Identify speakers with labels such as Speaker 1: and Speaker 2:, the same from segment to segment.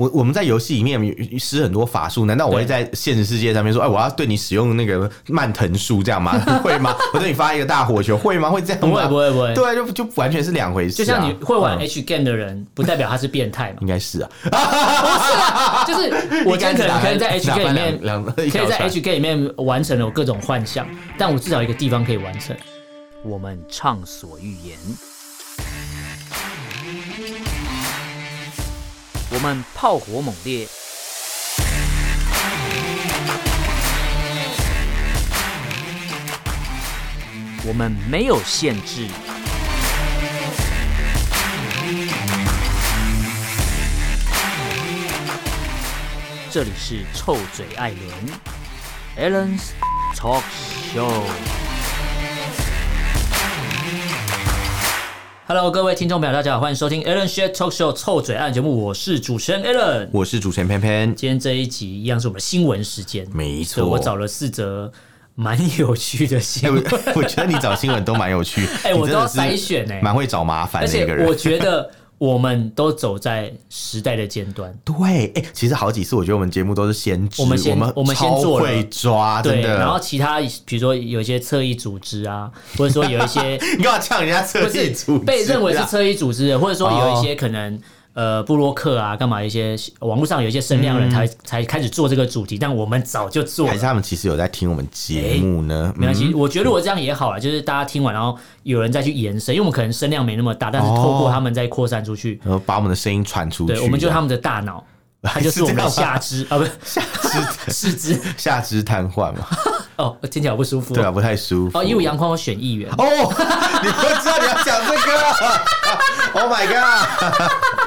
Speaker 1: 我我们在游戏里面施很多法术，难道我会在现实世界上面说，哎，我要对你使用那个蔓藤术这样 吗？会吗？我对你发一个大火球，会吗？会这样吗？
Speaker 2: 不会不会不会
Speaker 1: 对啊，就就完全是两回事、啊。
Speaker 2: 就像你会玩
Speaker 1: 嗯
Speaker 2: H game 的人，不代表他是变态嘛
Speaker 1: 应。该是啊， 啊
Speaker 2: 就是 我今天可能可以在 H game 里面，
Speaker 1: 两可
Speaker 2: 可以在 H game 里面完成了我各种幻想，但我至少有一个地方可以完成。我们畅所欲言，我们炮火猛烈，我们没有限制。这里是臭嘴艾伦 （Allen's Talk Show）。Hello，各位听众朋友，大家好，欢迎收听 Allen s h a t Talk Show 臭嘴艾节目，我是主持人 Allen。
Speaker 1: 我是主持人偏偏，
Speaker 2: 今天这一集一样是我们新闻时间，
Speaker 1: 没
Speaker 2: 所
Speaker 1: 错。
Speaker 2: 以我找了四则蛮有趣的
Speaker 1: 哎
Speaker 2: 新闻，
Speaker 1: 我 我觉得你找新闻都蛮有趣，
Speaker 2: 哎
Speaker 1: 你
Speaker 2: 我
Speaker 1: 真
Speaker 2: 都
Speaker 1: 的
Speaker 2: 要
Speaker 1: 是
Speaker 2: 筛选哎
Speaker 1: 蛮会找麻烦
Speaker 2: 而
Speaker 1: 的一个
Speaker 2: 且我
Speaker 1: 人。
Speaker 2: 觉得我们都走在时代的尖端。
Speaker 1: 对，哎、其实好几次我觉得我们节目都是先知，
Speaker 2: 我们先
Speaker 1: 我
Speaker 2: 我们先
Speaker 1: 超
Speaker 2: 做了
Speaker 1: 会抓， 真
Speaker 2: 对，
Speaker 1: 的。
Speaker 2: 然后其他比如说有一些侧翼组织啊，或者说有一些
Speaker 1: 你干嘛呛人家 侧
Speaker 2: 不
Speaker 1: 翼
Speaker 2: 是
Speaker 1: 组织啊？
Speaker 2: 被认为是侧翼组织的，或者说有
Speaker 1: 哦
Speaker 2: 一些可能。呃，布洛克啊，干嘛？一些网络上有一些声量的人才、才开始做这个主题，但我们早就做
Speaker 1: 嗯还
Speaker 2: 了
Speaker 1: 是。他们其实有在听我们节目呢？
Speaker 2: 哎没关
Speaker 1: 嗯
Speaker 2: 系，我觉得我这样也好了，就是大家听完，然后有人再去延伸，因为我们可能声量没那么大，但是透过他们再扩散出去，
Speaker 1: 嗯然后把我们的声音传哦出去，啊
Speaker 2: 对，我们就是他们的大脑，它就是我们的下肢啊，不是下肢 四肢
Speaker 1: 下肢瘫痪 嘛，
Speaker 2: 哦，听起来好不舒服
Speaker 1: 对啊，不太舒服。
Speaker 2: 哦，因为杨匡要选议员，
Speaker 1: 哦， 你不知道你要讲这个 ？Oh my god！Oh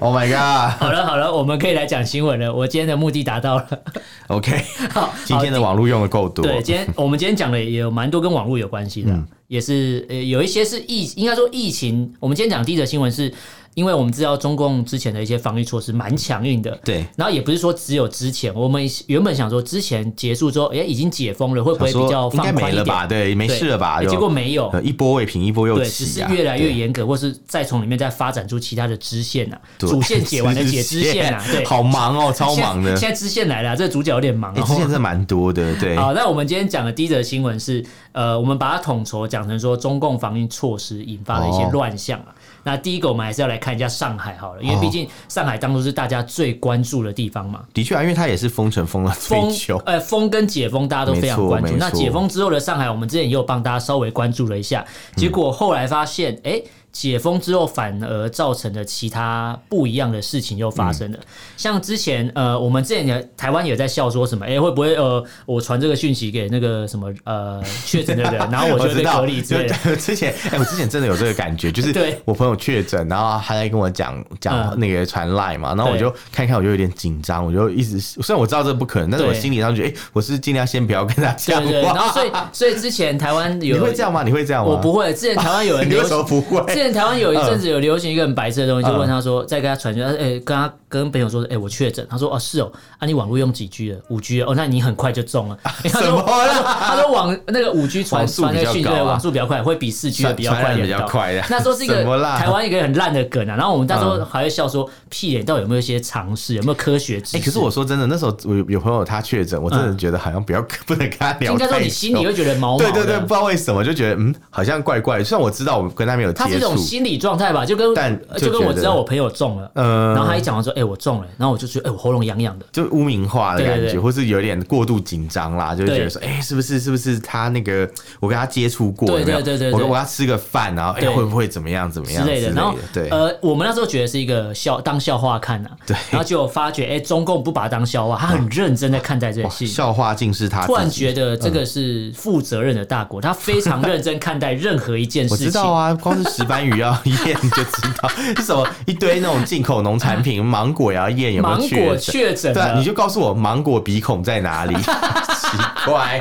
Speaker 1: my
Speaker 2: 好了好了，我们可以来讲新闻了，我今天的目的达 到了。
Speaker 1: god！OK，
Speaker 2: 好，
Speaker 1: 今天的
Speaker 2: 好
Speaker 1: 网络用的够多，
Speaker 2: 对，今天我们今天讲的也有蛮多跟网络有关系的啊、
Speaker 1: 嗯
Speaker 2: 也是呃有一些是疫，应该说疫情。我们今天讲第一则新闻是，因为我们知道中共之前的一些防疫措施蛮强硬的，
Speaker 1: 对
Speaker 2: 然后也不是说只有之前，我们原本想说之前结束之后，哎、已经解封了，会不
Speaker 1: 想
Speaker 2: 会比较
Speaker 1: 说应该
Speaker 2: 放
Speaker 1: 没
Speaker 2: 宽一
Speaker 1: 了吧？
Speaker 2: 点？
Speaker 1: 对，没
Speaker 2: 对
Speaker 1: 事了吧？
Speaker 2: 哎
Speaker 1: 就
Speaker 2: 结果没有。
Speaker 1: 呃一波未平，一波又
Speaker 2: 对，只
Speaker 1: 起
Speaker 2: 是
Speaker 1: 啊，
Speaker 2: 越来越
Speaker 1: 对。
Speaker 2: 严格，或是再从里面再发展出其他的支线啊，
Speaker 1: 对
Speaker 2: 主线解 完了解支线啊，对，
Speaker 1: 好忙哦，超忙的
Speaker 2: 现在。现在支线来了啊、这个主角有点忙、
Speaker 1: 哎，
Speaker 2: 哦。
Speaker 1: 之前真的蛮多的，对，
Speaker 2: 好，那我们今天讲的第一则新闻是，呃，我们把它统筹讲成说中共防疫措施引发的一些
Speaker 1: 哦
Speaker 2: 乱象啊。那第一个我们还是要来看一下上海好了，因为毕竟上海当初是大家最关注的地方嘛。
Speaker 1: 的确啊，因为他也是封城封了最
Speaker 2: 封
Speaker 1: 久，
Speaker 2: 呃封跟解封大家都非常关注
Speaker 1: 没错没。错
Speaker 2: 那解封之后的上海，我们之前也有帮大家稍微关注了一下，
Speaker 1: 嗯
Speaker 2: 结果后来发现，哎、解封之后反而造成了其他不一样的事情又发生了。
Speaker 1: 嗯
Speaker 2: 像之前呃，我们之前也台湾也在笑说什么，哎、会不会呃，我传这个讯息给那个什么呃确诊的 人，然后我就会
Speaker 1: 知
Speaker 2: 被
Speaker 1: 道，
Speaker 2: 隔离之类的。
Speaker 1: 就 之前，哎、我之前真的有这个感觉，就是
Speaker 2: 对
Speaker 1: 我朋友确诊，然后他在跟我讲讲
Speaker 2: 嗯
Speaker 1: 那个传赖嘛，然后我
Speaker 2: 对
Speaker 1: 就看一看，我就有点紧张，我就一直虽然我知道这不可能，但是我
Speaker 2: 对
Speaker 1: 心理上觉得，哎、我是尽量先不要跟他
Speaker 2: 对
Speaker 1: 讲
Speaker 2: 对对，然
Speaker 1: 话。
Speaker 2: 后所以所以之前台湾
Speaker 1: 你
Speaker 2: 有
Speaker 1: 会这样吗？你会这样吗？
Speaker 2: 我不会，之前台湾有 人
Speaker 1: 你为
Speaker 2: 流
Speaker 1: 什么不
Speaker 2: 行，
Speaker 1: 会？
Speaker 2: 之前台湾有一阵子有流行一个很白痴的东
Speaker 1: 嗯
Speaker 2: 西，就问他说，再跟他传讯，哎、跟他跟朋友说，哎、我确诊，他说哦是哦，啊你网络用几 G 了？五 G 了哦，那你很快就中了。他说
Speaker 1: 啊什么啦
Speaker 2: 他说他说网那个五 G 传
Speaker 1: 网速
Speaker 2: 传那个
Speaker 1: 比
Speaker 2: 讯
Speaker 1: 较
Speaker 2: 息
Speaker 1: 高啊
Speaker 2: 对网速比较快，会比四 G 的比 较
Speaker 1: 传
Speaker 2: 快
Speaker 1: 染
Speaker 2: 一
Speaker 1: 比
Speaker 2: 点
Speaker 1: 较
Speaker 2: 到。
Speaker 1: 快的。
Speaker 2: 那时候是一
Speaker 1: 什么
Speaker 2: 个
Speaker 1: 啦嗯
Speaker 2: 台湾一个很烂的梗啊，然后我们那时候还会笑说，屁眼到底有没有一些尝试，有没有科学知识？
Speaker 1: 哎、可是我说真的，那时候我有有朋友他确诊，我真的觉得好像不要、 不能跟他聊
Speaker 2: 嗯应该说
Speaker 1: 太
Speaker 2: 你
Speaker 1: 久。
Speaker 2: 心里会觉得毛毛
Speaker 1: 对
Speaker 2: 的。
Speaker 1: 对对，不知道为什么就觉得嗯，好像怪怪的。虽然我知道我跟他没有
Speaker 2: 他是
Speaker 1: 接
Speaker 2: 一种
Speaker 1: 触，
Speaker 2: 心理状态吧，就跟
Speaker 1: 但就
Speaker 2: 就跟我
Speaker 1: 觉得
Speaker 2: 知道我朋友中了，
Speaker 1: 嗯
Speaker 2: 然后他一讲完说，哎、我中了，然后我就觉得，哎、我喉咙痒痒的。
Speaker 1: 就污名化的感觉，
Speaker 2: 对对对
Speaker 1: 或是有点过度紧张啦，就会
Speaker 2: 对
Speaker 1: 觉得说，哎、是不是是不是他那个我跟他接触过，
Speaker 2: 对
Speaker 1: 有没有
Speaker 2: 对对对对
Speaker 1: 我我要吃个饭，然后哎、
Speaker 2: 对
Speaker 1: 会不会怎么样怎么
Speaker 2: 之
Speaker 1: 样
Speaker 2: 类的，然后
Speaker 1: 对，
Speaker 2: 呃，我们那时候觉得是一个笑当笑话看啊，
Speaker 1: 对
Speaker 2: 然后就发觉，哎、中共不把它当笑话，他很认真在看待这件
Speaker 1: 哇
Speaker 2: 事
Speaker 1: 哦
Speaker 2: 情，
Speaker 1: 笑话竟是他
Speaker 2: 突然
Speaker 1: 自己
Speaker 2: 觉得这个是负责任的大国，他非常认真看待任何一件
Speaker 1: 嗯 我
Speaker 2: 事情，
Speaker 1: 知道啊，光是石斑鱼要验你就知道，是什么一堆那种进口农产品，芒果也要验有没有
Speaker 2: 芒
Speaker 1: 确
Speaker 2: 果
Speaker 1: 诊。
Speaker 2: 确诊
Speaker 1: 对啊，
Speaker 2: 了
Speaker 1: 你。就告诉我芒果鼻孔在哪里？ 奇怪，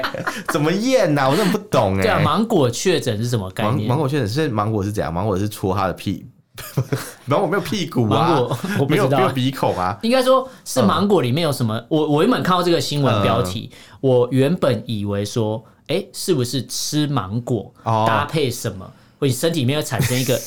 Speaker 1: 怎么验呐、我真的不懂哎、
Speaker 2: 对啊，芒果确诊是什么概
Speaker 1: 芒
Speaker 2: 念？
Speaker 1: 芒果确诊是芒果是怎样？芒果是戳他的屁， 芒果没有屁股啊，
Speaker 2: 芒果我不
Speaker 1: 没有
Speaker 2: 知道
Speaker 1: 没
Speaker 2: 啊
Speaker 1: 有鼻孔啊。
Speaker 2: 应该说是芒果里面有什么？我我原本看到这个新闻标题，
Speaker 1: 嗯
Speaker 2: 我原本以为说，哎、是不是吃芒果
Speaker 1: 哦
Speaker 2: 搭配什么？会身体里面会产生 一个，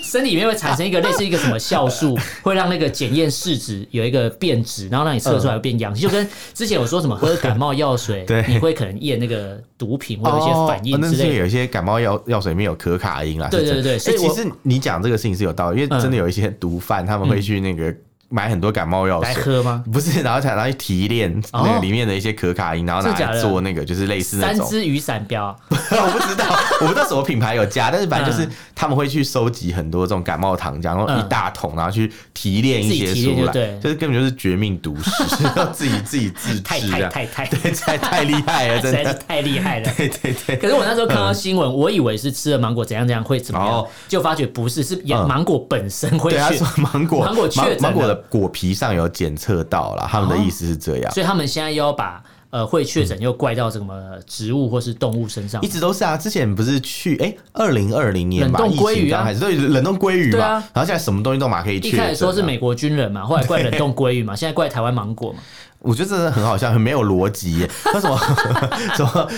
Speaker 2: 身体里面会产生一个类似一个什么酵素，会让那个检验试纸有一个变质，然后让你测出来会变阳性，就跟之前我说什么喝感冒药水，
Speaker 1: 嗯 对
Speaker 2: 你会可能验那个毒品会有一些反应
Speaker 1: 哦那
Speaker 2: 之
Speaker 1: 是因
Speaker 2: 类
Speaker 1: 为
Speaker 2: 的。
Speaker 1: 有一些感冒药药水里面有可卡因啦。
Speaker 2: 对
Speaker 1: 是真的
Speaker 2: 对
Speaker 1: 欸
Speaker 2: 对对所以
Speaker 1: 其
Speaker 2: 我嗯
Speaker 1: 实你讲这个事情是有道理，因为真的有一些毒贩他们会去那个买很多感冒药
Speaker 2: 来
Speaker 1: 水。
Speaker 2: 喝吗？
Speaker 1: 不哦是，然后才拿去提炼
Speaker 2: 哦
Speaker 1: 那个里面的一些可卡因，然后拿
Speaker 2: 真的假
Speaker 1: 来
Speaker 2: 的
Speaker 1: 做那个就是类似那
Speaker 2: 三
Speaker 1: 种，
Speaker 2: 只雨伞标啊，
Speaker 1: 我不知道，我不知道什么品牌有加，但是反正就是
Speaker 2: 嗯
Speaker 1: 他们会去收集很多这种感冒糖浆，然后
Speaker 2: 嗯
Speaker 1: 一大桶，然后去提炼一些
Speaker 2: 自己提炼
Speaker 1: 出
Speaker 2: 就
Speaker 1: 来，
Speaker 2: 对
Speaker 1: 就是根本就是绝命毒师， 自己自己自
Speaker 2: 太
Speaker 1: 制
Speaker 2: 太
Speaker 1: 的，
Speaker 2: 太太，
Speaker 1: 对，太太厉害了，
Speaker 2: 实
Speaker 1: 真
Speaker 2: 在是
Speaker 1: 的，
Speaker 2: 太厉害了。
Speaker 1: 对对对。
Speaker 2: 可是我那时候看到新闻，我以为是吃了芒果怎样怎样会怎么样
Speaker 1: 哦，
Speaker 2: 就发觉不是，是
Speaker 1: 嗯
Speaker 2: 芒果本身会
Speaker 1: 对，他
Speaker 2: 去
Speaker 1: 说芒果
Speaker 2: 芒果确诊
Speaker 1: 芒果
Speaker 2: 了
Speaker 1: 的果皮上有检测到啦，他们的意思是这样。
Speaker 2: 所以他们现在又要把呃会确诊又怪到什么植物或是动物身上
Speaker 1: 一。直都是啊，之前不是去哎，二零二零年吧，
Speaker 2: 冷
Speaker 1: 疫
Speaker 2: 冻鲑
Speaker 1: 情
Speaker 2: 鱼啊
Speaker 1: 刚开始对冷冻鲑鱼
Speaker 2: 对
Speaker 1: 嘛，
Speaker 2: 啊
Speaker 1: 然后现在什么东西都嘛可以啊
Speaker 2: 一
Speaker 1: 去。
Speaker 2: 开始说是，美国军人嘛，后来怪冷冻鲑鱼嘛，现在怪台湾芒果嘛。
Speaker 1: 我觉得真的很好笑，很没有逻辑 耶。说什么 什么什么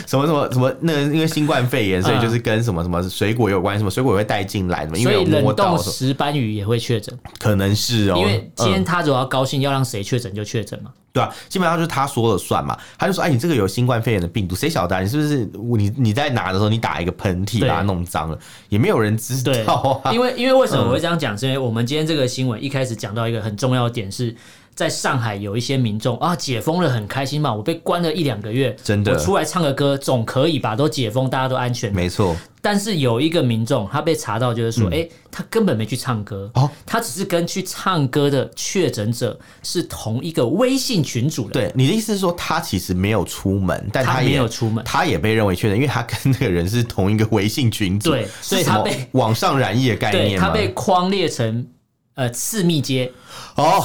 Speaker 1: 什么什么那个因为新冠肺炎，所以就是跟什么什么水果有关，什么水果会带进来嘛，因
Speaker 2: 嗯所
Speaker 1: 为有
Speaker 2: 以
Speaker 1: 摸
Speaker 2: 冷
Speaker 1: 到
Speaker 2: 冻
Speaker 1: 什么，
Speaker 2: 石斑鱼也会确诊，
Speaker 1: 可能是哦，
Speaker 2: 因为今天
Speaker 1: 嗯
Speaker 2: 他主要高兴要让谁确诊就确诊嘛。
Speaker 1: 对啊，基本上就是他说了算嘛。他就说：“哎，你这个有新冠肺炎的病毒，谁晓得、啊？你是不是你你在拿的时候，你打一个喷嚏
Speaker 2: 对
Speaker 1: 把它弄脏了，也没有人知
Speaker 2: 对
Speaker 1: 道， 啊。
Speaker 2: 因为因为为什么我会这样讲？是因为我们今天这个新闻一开始讲到一个很重要的点是。在上海有一些民众啊，解封了很开心嘛，我被关了一两个月，
Speaker 1: 真的
Speaker 2: 我出来唱个歌总可以吧？都解封，大家都安全，
Speaker 1: 没错，
Speaker 2: 但是有一个民众，他被查到，就是说，哎、他根本没去唱歌，
Speaker 1: 哦
Speaker 2: 他只是跟去唱歌的确诊者是同一个微信群主的，，
Speaker 1: 对你的意思是说，他其实没有出门，但
Speaker 2: 他
Speaker 1: 也
Speaker 2: 没有出门
Speaker 1: 他也被认为确诊，因为他跟那个人是同一个微信群组，
Speaker 2: 对所以他
Speaker 1: 是什么
Speaker 2: 被
Speaker 1: 网上染疫的概
Speaker 2: 对
Speaker 1: 念
Speaker 2: 他
Speaker 1: 吗？
Speaker 2: 被框列成呃次密接、
Speaker 1: 哦，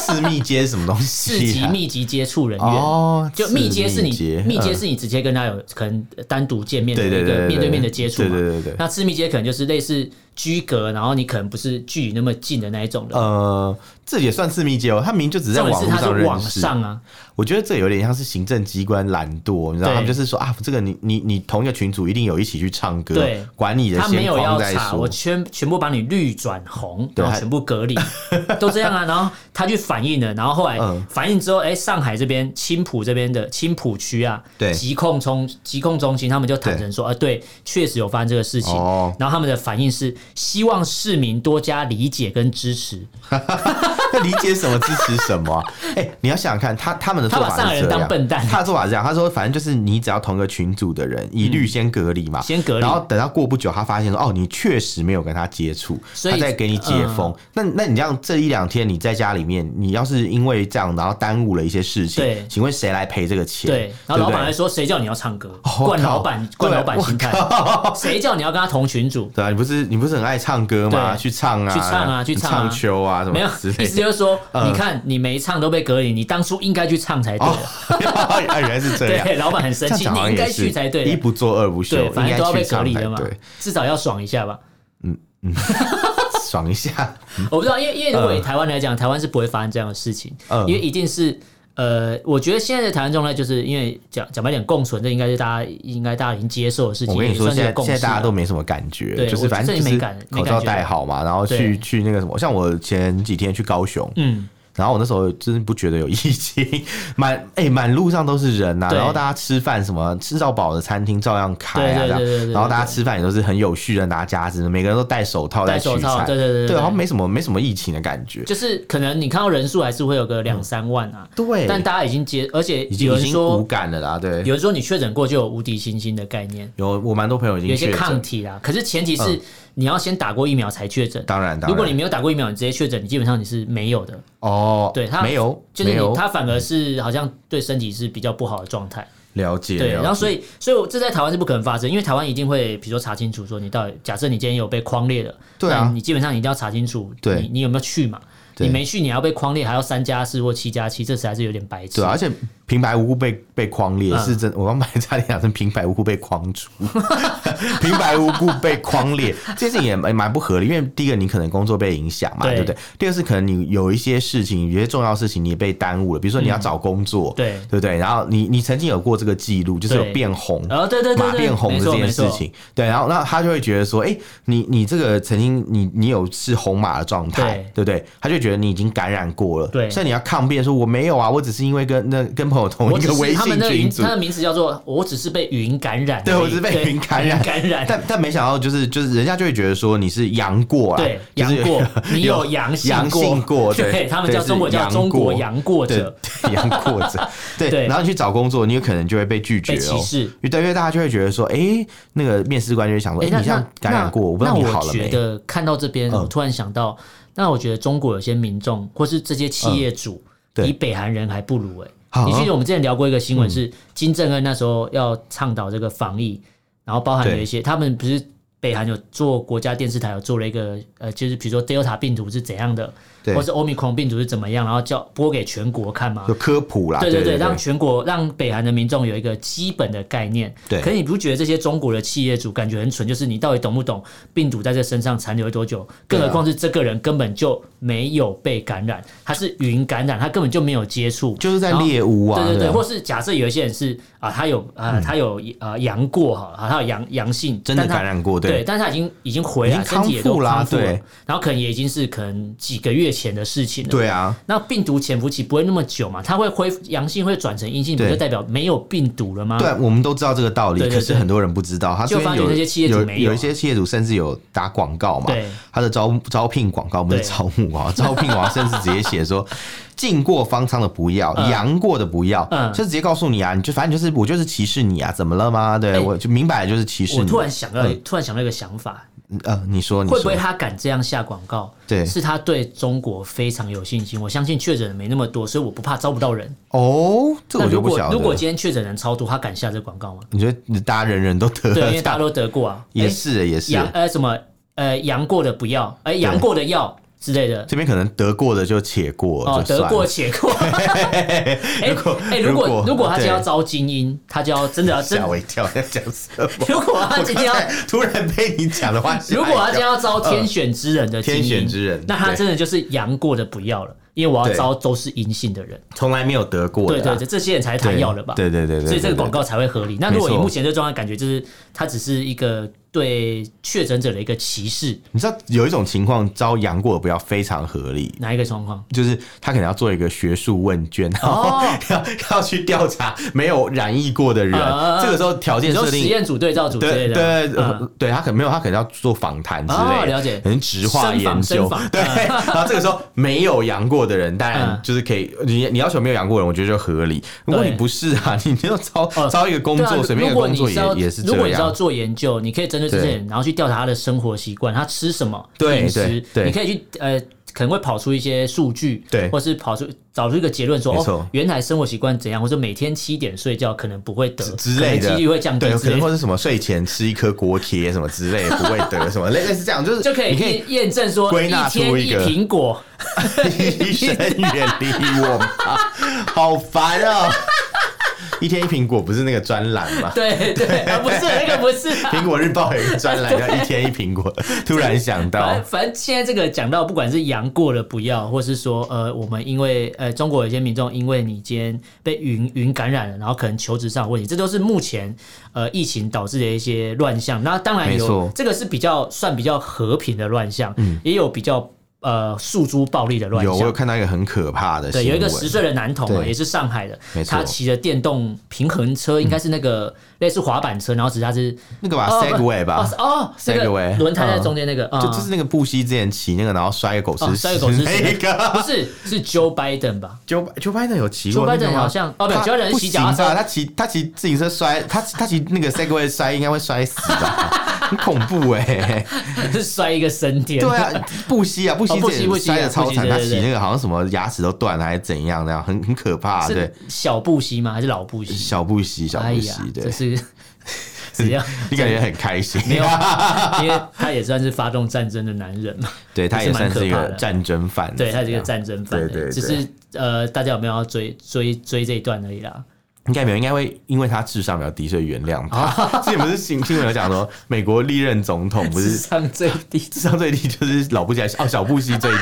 Speaker 1: 次密接是什么东西、
Speaker 2: 次
Speaker 1: 啊？
Speaker 2: 级密集接触人员。
Speaker 1: 哦，
Speaker 2: 就
Speaker 1: 次
Speaker 2: 密接是你密接
Speaker 1: 嗯
Speaker 2: 是你直接跟他有可能单独见面的
Speaker 1: 对
Speaker 2: 一
Speaker 1: 对对
Speaker 2: 个
Speaker 1: 对
Speaker 2: 面对面的接触嘛，
Speaker 1: 对对对对
Speaker 2: 那次密接可能就是类似居隔，然后你可能不是距离那么近的那一种人。
Speaker 1: 呃，这也算次密接哦，他明明就只是在
Speaker 2: 重
Speaker 1: 网
Speaker 2: 点是
Speaker 1: 络
Speaker 2: 他
Speaker 1: 上
Speaker 2: 是
Speaker 1: 认
Speaker 2: 网
Speaker 1: 识。
Speaker 2: 上啊，
Speaker 1: 我觉得这有点像是行政机关懒惰，你知道，
Speaker 2: 对
Speaker 1: 他们就是说啊，这个你你你同一个群组一定有一起去唱歌
Speaker 2: 对，
Speaker 1: 管你的
Speaker 2: 他没
Speaker 1: 先
Speaker 2: 有要
Speaker 1: 框再
Speaker 2: 查，我
Speaker 1: 说。
Speaker 2: 全全部把你绿转红，
Speaker 1: 对
Speaker 2: 然后
Speaker 1: 他
Speaker 2: 全部隔离，都这样啊。然后他去反映了，然后后来
Speaker 1: 嗯
Speaker 2: 反映之后，哎、上海这边青浦这边的青浦区啊，
Speaker 1: 对
Speaker 2: 疾控中疾控中心他们就坦诚说，呃，对，确实有发生这个事情。
Speaker 1: 哦
Speaker 2: 然后他们的反应是希望市民多加理解跟支持，
Speaker 1: 那理解什么支持什么 啊、哎、你要想想看，他他们的做
Speaker 2: 他把上
Speaker 1: 法
Speaker 2: 海
Speaker 1: 是
Speaker 2: 人
Speaker 1: 这
Speaker 2: 当
Speaker 1: 样，
Speaker 2: 笨蛋，
Speaker 1: 他的做法是这样，他说反正就是你只要同一个群组的人，以律先隔离嘛。
Speaker 2: 嗯先隔离
Speaker 1: 然。后等到过不久，他发现说：“哦，你确实没有跟他接触，
Speaker 2: 所以嗯
Speaker 1: 他再给你解封。那那你这样这一两天你在家里面，你要是因为这样然后耽误了一些事
Speaker 2: 对
Speaker 1: 情，请问谁来赔这个钱？
Speaker 2: 对，然后老
Speaker 1: 不
Speaker 2: 板还
Speaker 1: 对哦
Speaker 2: 说：“谁叫你要唱歌？
Speaker 1: 我
Speaker 2: 惯
Speaker 1: 靠
Speaker 2: 老板，惯
Speaker 1: 对
Speaker 2: 老板
Speaker 1: 我
Speaker 2: 心态，谁叫你要跟他同群组？
Speaker 1: 对啊，你不是你不是很爱唱歌吗？
Speaker 2: 对
Speaker 1: 去唱啊，
Speaker 2: 去唱啊去唱啊
Speaker 1: 唱秋啊，什么
Speaker 2: 没有，
Speaker 1: 之
Speaker 2: 意
Speaker 1: 类
Speaker 2: 思
Speaker 1: 的。
Speaker 2: 就是说，
Speaker 1: 嗯
Speaker 2: 你看你没唱都被隔离，你当初应该去唱才 对
Speaker 1: 哦
Speaker 2: 的。，
Speaker 1: 哎原来是这样。
Speaker 2: 对，老板很生
Speaker 1: 这样
Speaker 2: 气，
Speaker 1: 讲
Speaker 2: 你
Speaker 1: 好像
Speaker 2: 应该
Speaker 1: 也是
Speaker 2: 去才对
Speaker 1: 一
Speaker 2: 的。
Speaker 1: 不做二不休，
Speaker 2: 对，反
Speaker 1: 应该
Speaker 2: 正都要被
Speaker 1: 去
Speaker 2: 隔
Speaker 1: 唱
Speaker 2: 离
Speaker 1: 才
Speaker 2: 的嘛
Speaker 1: 对，，
Speaker 2: 至少要爽一下吧。
Speaker 1: 爽一 下。
Speaker 2: 我不知道，因为因为如果以
Speaker 1: 嗯
Speaker 2: 台湾来讲，台湾是不会发生这样的事情，
Speaker 1: 嗯
Speaker 2: 因为一定是。呃，我觉得现在的台湾状态，就是因为讲讲白点共存，这应该是大家应该大家已经接受的事情，
Speaker 1: 我跟你
Speaker 2: 也
Speaker 1: 说，
Speaker 2: 算是
Speaker 1: 现
Speaker 2: 一个
Speaker 1: 在
Speaker 2: 共
Speaker 1: 现在
Speaker 2: 识啊
Speaker 1: 大家
Speaker 2: 了
Speaker 1: 都没什么感觉，
Speaker 2: 对
Speaker 1: 就是
Speaker 2: 我
Speaker 1: 反正
Speaker 2: 这
Speaker 1: 就
Speaker 2: 里
Speaker 1: 是
Speaker 2: 没感没
Speaker 1: 口罩
Speaker 2: 感觉
Speaker 1: 戴好嘛，然后去
Speaker 2: 对
Speaker 1: 去那个什么，像我前几天去高雄，
Speaker 2: 嗯，
Speaker 1: 然后我那时候真的不觉得有疫情，满哎满路上都是人呐、
Speaker 2: 对
Speaker 1: 然后大家吃饭什么吃到饱的餐厅照样开啊，
Speaker 2: 对对
Speaker 1: 这
Speaker 2: 对对对
Speaker 1: 样，
Speaker 2: 对
Speaker 1: 然后大家吃饭也都是很有序的拿夹子，每个人都戴手套在
Speaker 2: 戴手
Speaker 1: 取
Speaker 2: 套
Speaker 1: 菜，
Speaker 2: 对对对对
Speaker 1: 对，好像
Speaker 2: 对
Speaker 1: 没什么没什么疫情的感觉，
Speaker 2: 就是可能你看到人数还是会有个两三万啊，
Speaker 1: 嗯对，
Speaker 2: 但大家已经接，而且
Speaker 1: 已经
Speaker 2: 有
Speaker 1: 已
Speaker 2: 人
Speaker 1: 经无
Speaker 2: 说，
Speaker 1: 感了啦，对，
Speaker 2: 有人说你确诊过就有无敌星星的概念，
Speaker 1: 有我蛮多朋友已经
Speaker 2: 有一些
Speaker 1: 确
Speaker 2: 抗
Speaker 1: 诊，
Speaker 2: 体啦。啊可是前提是你要先打过疫苗才确诊。
Speaker 1: 当然当然，
Speaker 2: 如果你没有打过疫苗，你直接确诊，你基本上你是没有的。
Speaker 1: 哦，
Speaker 2: 对他
Speaker 1: 没有
Speaker 2: 就是
Speaker 1: 没有
Speaker 2: 你，它反而是好像对身体是比较不好的状态。
Speaker 1: 了解，
Speaker 2: 对，
Speaker 1: 了
Speaker 2: 然后
Speaker 1: 解
Speaker 2: 所以，所以我这在台湾是不可能发生，因为台湾一定会，比如说查清楚说你到底，假设你今天有被框列了，
Speaker 1: 对啊
Speaker 2: 那你基本上你一定要查清楚，
Speaker 1: 对
Speaker 2: 你你有没有去嘛？
Speaker 1: 对
Speaker 2: 你没去，你还要被框列，还要三加四或七加七，这实在是有点白痴。嗯
Speaker 1: 对啊，而且平白无故被被框裂，是真。我刚才差点讲成平白无故被框 住，平白无故被框裂，这事情也蛮蛮不合理。因为第一个，你可能工作被影响嘛，
Speaker 2: 对
Speaker 1: 对不对？第二是可能你有一些事情，有些重要事情你也被耽误了，比如说你要找工作，
Speaker 2: 嗯对
Speaker 1: 对不对？然后你你曾经有过这个记录，就是有
Speaker 2: 对嗯
Speaker 1: 变红，
Speaker 2: 然后哦对对对
Speaker 1: 马
Speaker 2: 对，
Speaker 1: 变红
Speaker 2: 没
Speaker 1: 的
Speaker 2: 错
Speaker 1: 这件
Speaker 2: 没错
Speaker 1: 事情，对，然后那他就会觉得说，哎、你你这个曾经你你有是红马的状态，对不对？他就觉得你已经感染过了，
Speaker 2: 对
Speaker 1: 所以你要抗辩说我没有啊，我只是因为跟那跟朋友同
Speaker 2: 我
Speaker 1: 一
Speaker 2: 只
Speaker 1: 个
Speaker 2: 是
Speaker 1: 微
Speaker 2: 他
Speaker 1: 信
Speaker 2: 们那个
Speaker 1: 群
Speaker 2: 云，
Speaker 1: 组
Speaker 2: 他，的名字叫做“我只是被云感染而已”，
Speaker 1: 对我只是被
Speaker 2: 对
Speaker 1: 云感染
Speaker 2: 感染，
Speaker 1: 但但没想到就是就是人家就会觉得说你是杨过啊，
Speaker 2: 对
Speaker 1: 就是，
Speaker 2: 杨过 你
Speaker 1: 有
Speaker 2: 有阳
Speaker 1: 阳
Speaker 2: 过，
Speaker 1: 性过对
Speaker 2: 对他们叫
Speaker 1: 对
Speaker 2: 中国
Speaker 1: 是
Speaker 2: 叫
Speaker 1: 杨
Speaker 2: 中
Speaker 1: 过
Speaker 2: 国阳过
Speaker 1: 对
Speaker 2: 者，
Speaker 1: 对杨过 者，对，
Speaker 2: 对
Speaker 1: 然后你去找工作，你有可能就会被拒绝
Speaker 2: 被
Speaker 1: 哦
Speaker 2: 歧。视。
Speaker 1: 因为对因为大家就会觉得说，哎、那个面试官就会想说，哎、
Speaker 2: 诶那
Speaker 1: 你这样
Speaker 2: 那
Speaker 1: 感染过，
Speaker 2: 那
Speaker 1: 我不知道
Speaker 2: 那
Speaker 1: 你
Speaker 2: 我
Speaker 1: 好了
Speaker 2: 觉
Speaker 1: 没。
Speaker 2: 得看到这边，
Speaker 1: 嗯
Speaker 2: 我突然想到，那我觉得中国有些民众或是这些企业主，
Speaker 1: 嗯对
Speaker 2: 比北韩人还不如哎、
Speaker 1: 啊嗯
Speaker 2: 你记得我们之前聊过一个新闻，是金正恩那时候要倡导这个防疫，然后包含有一些他们不是。北韩有做国家电视台有做了一个呃，就是比如说 Delta 病毒是怎样的，
Speaker 1: 对
Speaker 2: 或是 Omicron 病毒是怎么样，然后叫播给全国看嘛。
Speaker 1: 就科普啦，
Speaker 2: 对
Speaker 1: 对
Speaker 2: 对对，让全国让北韩的民众有一个基本的概念。
Speaker 1: 对
Speaker 2: 可是你不觉得这些中国的企业主感觉很蠢？就是你到底懂不懂病毒在这身上残留了多久？
Speaker 1: 对
Speaker 2: 更
Speaker 1: 啊
Speaker 2: 何况是这个人根本就没有被感染，他是云感染，他根本就没有接触，
Speaker 1: 就是在
Speaker 2: 然后
Speaker 1: 猎物啊，
Speaker 2: 哦对对对，
Speaker 1: 啊嗯
Speaker 2: 或是假设有一些人是啊，他有啊，他有啊阳过哈，啊他有阳阳性，
Speaker 1: 真的
Speaker 2: 但他
Speaker 1: 感染过，
Speaker 2: 对，
Speaker 1: 对
Speaker 2: 但是他已经已经回来，
Speaker 1: 已经
Speaker 2: 身体也都
Speaker 1: 康复啦
Speaker 2: 康复了
Speaker 1: 对，
Speaker 2: 然后可能也已经是可能几个月前的事情了。
Speaker 1: 对啊，
Speaker 2: 那病毒潜伏期不会那么久嘛？它会恢复阳性会转成阴性，不
Speaker 1: 对
Speaker 2: 就代表没有病毒了吗？
Speaker 1: 对，啊我们都知道这个道理，
Speaker 2: 嗯对对
Speaker 1: 可
Speaker 2: 对
Speaker 1: 是很多人不知道，他
Speaker 2: 就
Speaker 1: 虽然
Speaker 2: 发觉
Speaker 1: 有
Speaker 2: 那些企业主
Speaker 1: 有
Speaker 2: 没有啊
Speaker 1: 有一些企业主甚至有打广告嘛
Speaker 2: 对，
Speaker 1: 他的招招聘广告不是
Speaker 2: 对
Speaker 1: 招募啊，招聘 广告甚至直接写说。进过方舱的不要，
Speaker 2: 嗯
Speaker 1: 阳过的不要，
Speaker 2: 嗯
Speaker 1: 就直接告诉你啊，你就反正就是我就是歧视你啊，怎么了吗？对
Speaker 2: 哎
Speaker 1: 我就明摆就是歧视
Speaker 2: 我
Speaker 1: 你
Speaker 2: 突。然想到，
Speaker 1: 嗯
Speaker 2: 突然想到一个想法，
Speaker 1: 呃，你说你
Speaker 2: 会不
Speaker 1: 说
Speaker 2: 会，他敢这样下广告？
Speaker 1: 对
Speaker 2: 是他对中国非常有信心。我相信确诊人没那么多，所以我不怕招不到人。
Speaker 1: 哦，这
Speaker 2: 那
Speaker 1: 我就
Speaker 2: 如
Speaker 1: 不
Speaker 2: 果
Speaker 1: 晓
Speaker 2: 如果
Speaker 1: 得。
Speaker 2: 今天确诊人超多，他敢下这广告吗？
Speaker 1: 你觉得大家人人都得
Speaker 2: 对，因
Speaker 1: 了
Speaker 2: 为大家
Speaker 1: 大，
Speaker 2: 都得过啊，
Speaker 1: 也
Speaker 2: 哎
Speaker 1: 是也是
Speaker 2: 阳呃什么呃阳过的不要，哎阳过的要之类的。
Speaker 1: 这边可能得过的就且过，
Speaker 2: 哦，
Speaker 1: 就
Speaker 2: 得
Speaker 1: 算
Speaker 2: 过
Speaker 1: 了。
Speaker 2: 且过。哎
Speaker 1: 如果
Speaker 2: 哎，如
Speaker 1: 如果
Speaker 2: 果如果他今天要
Speaker 1: 对
Speaker 2: 招精英，他就要真的要真
Speaker 1: 吓我一跳，在讲什么？
Speaker 2: 如果他今天要
Speaker 1: 我刚才 突然被你讲的话，吓一
Speaker 2: 如果
Speaker 1: 跳
Speaker 2: 他今天要招天选之人的精英、
Speaker 1: 嗯天选之人
Speaker 2: 那他
Speaker 1: 对
Speaker 2: 真的就是阳过的不要了，因为我要
Speaker 1: 对
Speaker 2: 招都是阴性的人。
Speaker 1: 从来没有得过的
Speaker 2: 对
Speaker 1: 啊，
Speaker 2: 对对，这些人才是弹药了吧？
Speaker 1: 对对对对对
Speaker 2: 所以这
Speaker 1: 对
Speaker 2: 个
Speaker 1: 对
Speaker 2: 广告才会合理。那如果
Speaker 1: 没
Speaker 2: 以
Speaker 1: 错
Speaker 2: 目前这状态，感觉就是它只是一个对确诊者的一个歧视，
Speaker 1: 你知道有一种情况招杨过不要非常合理。
Speaker 2: 哪一个状况？
Speaker 1: 就是他可能要做一个学术问卷，然后 要要去调查没有染疫过的人
Speaker 2: 哦啊。
Speaker 1: 这个时候条件
Speaker 2: 你说
Speaker 1: 设
Speaker 2: 实
Speaker 1: 定，
Speaker 2: 验组对照组之类
Speaker 1: 对
Speaker 2: 的，
Speaker 1: 对呃
Speaker 2: 嗯
Speaker 1: 对，他可能没有，他可能要做访谈之类
Speaker 2: 哦
Speaker 1: 的，
Speaker 2: 了解
Speaker 1: 可能直化研
Speaker 2: 深
Speaker 1: 究
Speaker 2: 访深访，
Speaker 1: 对。然后这个时候没有阳过的人，当然
Speaker 2: 嗯
Speaker 1: 就是可以，你你要求没有阳过的人，我觉得就合理。如果
Speaker 2: 对
Speaker 1: 你不是啊，你没有招
Speaker 2: 哦
Speaker 1: 招一个工
Speaker 2: 对啊
Speaker 1: 作，随便一
Speaker 2: 如
Speaker 1: 个
Speaker 2: 果
Speaker 1: 工
Speaker 2: 你
Speaker 1: 作
Speaker 2: 是要
Speaker 1: 也也是
Speaker 2: 如果
Speaker 1: 这
Speaker 2: 你是要
Speaker 1: 样。
Speaker 2: 做研究，你可以针对这些人，然后去调查他的生活习惯，他吃什么，
Speaker 1: 对
Speaker 2: 饮食，
Speaker 1: 对对
Speaker 2: 你可以去呃。可能会跑出一些数据，
Speaker 1: 对
Speaker 2: 或是跑出找出一个结论说，
Speaker 1: 没错
Speaker 2: 哦，原来生活习惯怎样，或者每天七点睡觉可能不会得
Speaker 1: 之类
Speaker 2: 可能
Speaker 1: 的
Speaker 2: 几率会降低
Speaker 1: 对，
Speaker 2: 之
Speaker 1: 可
Speaker 2: 类
Speaker 1: 能或
Speaker 2: 的，
Speaker 1: 是什么睡前吃一颗锅贴什么之类，不会得什么类类似这样，就是
Speaker 2: 就可以
Speaker 1: 你可以
Speaker 2: 验验证说，
Speaker 1: 归纳
Speaker 2: 天
Speaker 1: 出
Speaker 2: 一
Speaker 1: 一个
Speaker 2: 苹果，
Speaker 1: 医生远离我吧，好烦哦！一天一苹果不是那个专栏吗？
Speaker 2: 对对，啊不是那个不是 啊，
Speaker 1: 苹果日报有一个专栏叫“一天一苹果”，突然想
Speaker 2: 反
Speaker 1: 到
Speaker 2: 正，反正现在这个讲到，不管是阳过了不要，或是说呃，我们因为呃，中国有些民众因为你今天被云云感染了，然后可能求职上有问题，这都是目前呃疫情导致的一些乱象。那当然
Speaker 1: 没
Speaker 2: 有
Speaker 1: 错，嗯
Speaker 2: 这个是比较算比较和平的乱象，也有比较呃诉诸暴力的乱
Speaker 1: 有我有
Speaker 2: 象。
Speaker 1: 看到一个很可怕的
Speaker 2: 对，
Speaker 1: 新
Speaker 2: 有一个
Speaker 1: 闻
Speaker 2: 十岁的男童啊，
Speaker 1: 对
Speaker 2: 也是上海的
Speaker 1: 没，错嗯
Speaker 2: 他骑着电动平衡车，应该是那个类似滑板车，然后只是他是
Speaker 1: 那个吧
Speaker 2: 哦
Speaker 1: ，Segway 吧，
Speaker 2: 哦哦，那个
Speaker 1: Segway，
Speaker 2: 轮胎在中间那个，
Speaker 1: 就
Speaker 2: 嗯
Speaker 1: 就是那个布希之前骑那个，然后摔个狗吃
Speaker 2: 哦
Speaker 1: 屎，
Speaker 2: 摔个狗吃屎
Speaker 1: 那个。
Speaker 2: 不是是 Joe Biden 吧？
Speaker 1: 九九拜登有骑过
Speaker 2: Joe
Speaker 1: 那
Speaker 2: Biden
Speaker 1: 个吗，
Speaker 2: 好像哦不
Speaker 1: 他
Speaker 2: ，Joe Biden
Speaker 1: 不
Speaker 2: 骑脚踏车
Speaker 1: 行吧啊他骑他骑自行车摔，他他骑那个 Segway 摔，应该会摔死 吧，很恐怖哎。
Speaker 2: 是 摔一个升天。
Speaker 1: 对啊，布希啊，布希
Speaker 2: 哦布希
Speaker 1: 这
Speaker 2: 布希啊
Speaker 1: 摔的超惨，
Speaker 2: 布希
Speaker 1: 他
Speaker 2: 对对
Speaker 1: 骑
Speaker 2: 对
Speaker 1: 那个好像什么牙齿都断了还是怎样，那样很啊很可怕。对
Speaker 2: 是，小布希吗？还是老布希？
Speaker 1: 小布希，小
Speaker 2: 哎
Speaker 1: 布
Speaker 2: 呀
Speaker 1: 希，，
Speaker 2: 这
Speaker 1: 对，
Speaker 2: 是只要
Speaker 1: 你感觉很开心，
Speaker 2: 没有， 因为他也算是发动战争的男人嘛。
Speaker 1: 对他也算是一
Speaker 2: 还是蛮可怕
Speaker 1: 个
Speaker 2: 的
Speaker 1: 战争犯子这
Speaker 2: 对
Speaker 1: 样，
Speaker 2: 他是一个战争犯、
Speaker 1: 对对对
Speaker 2: 只是呃，大家有没有要追追追这一段而已啦？
Speaker 1: 应该没有，应该会因为他智商比较低，所以原谅他。
Speaker 2: 哦
Speaker 1: 之前不是新新闻有讲说，美国历任总统不
Speaker 2: 智
Speaker 1: 是
Speaker 2: 商最低，
Speaker 1: 智商最低就是老布加哦，小布希最低，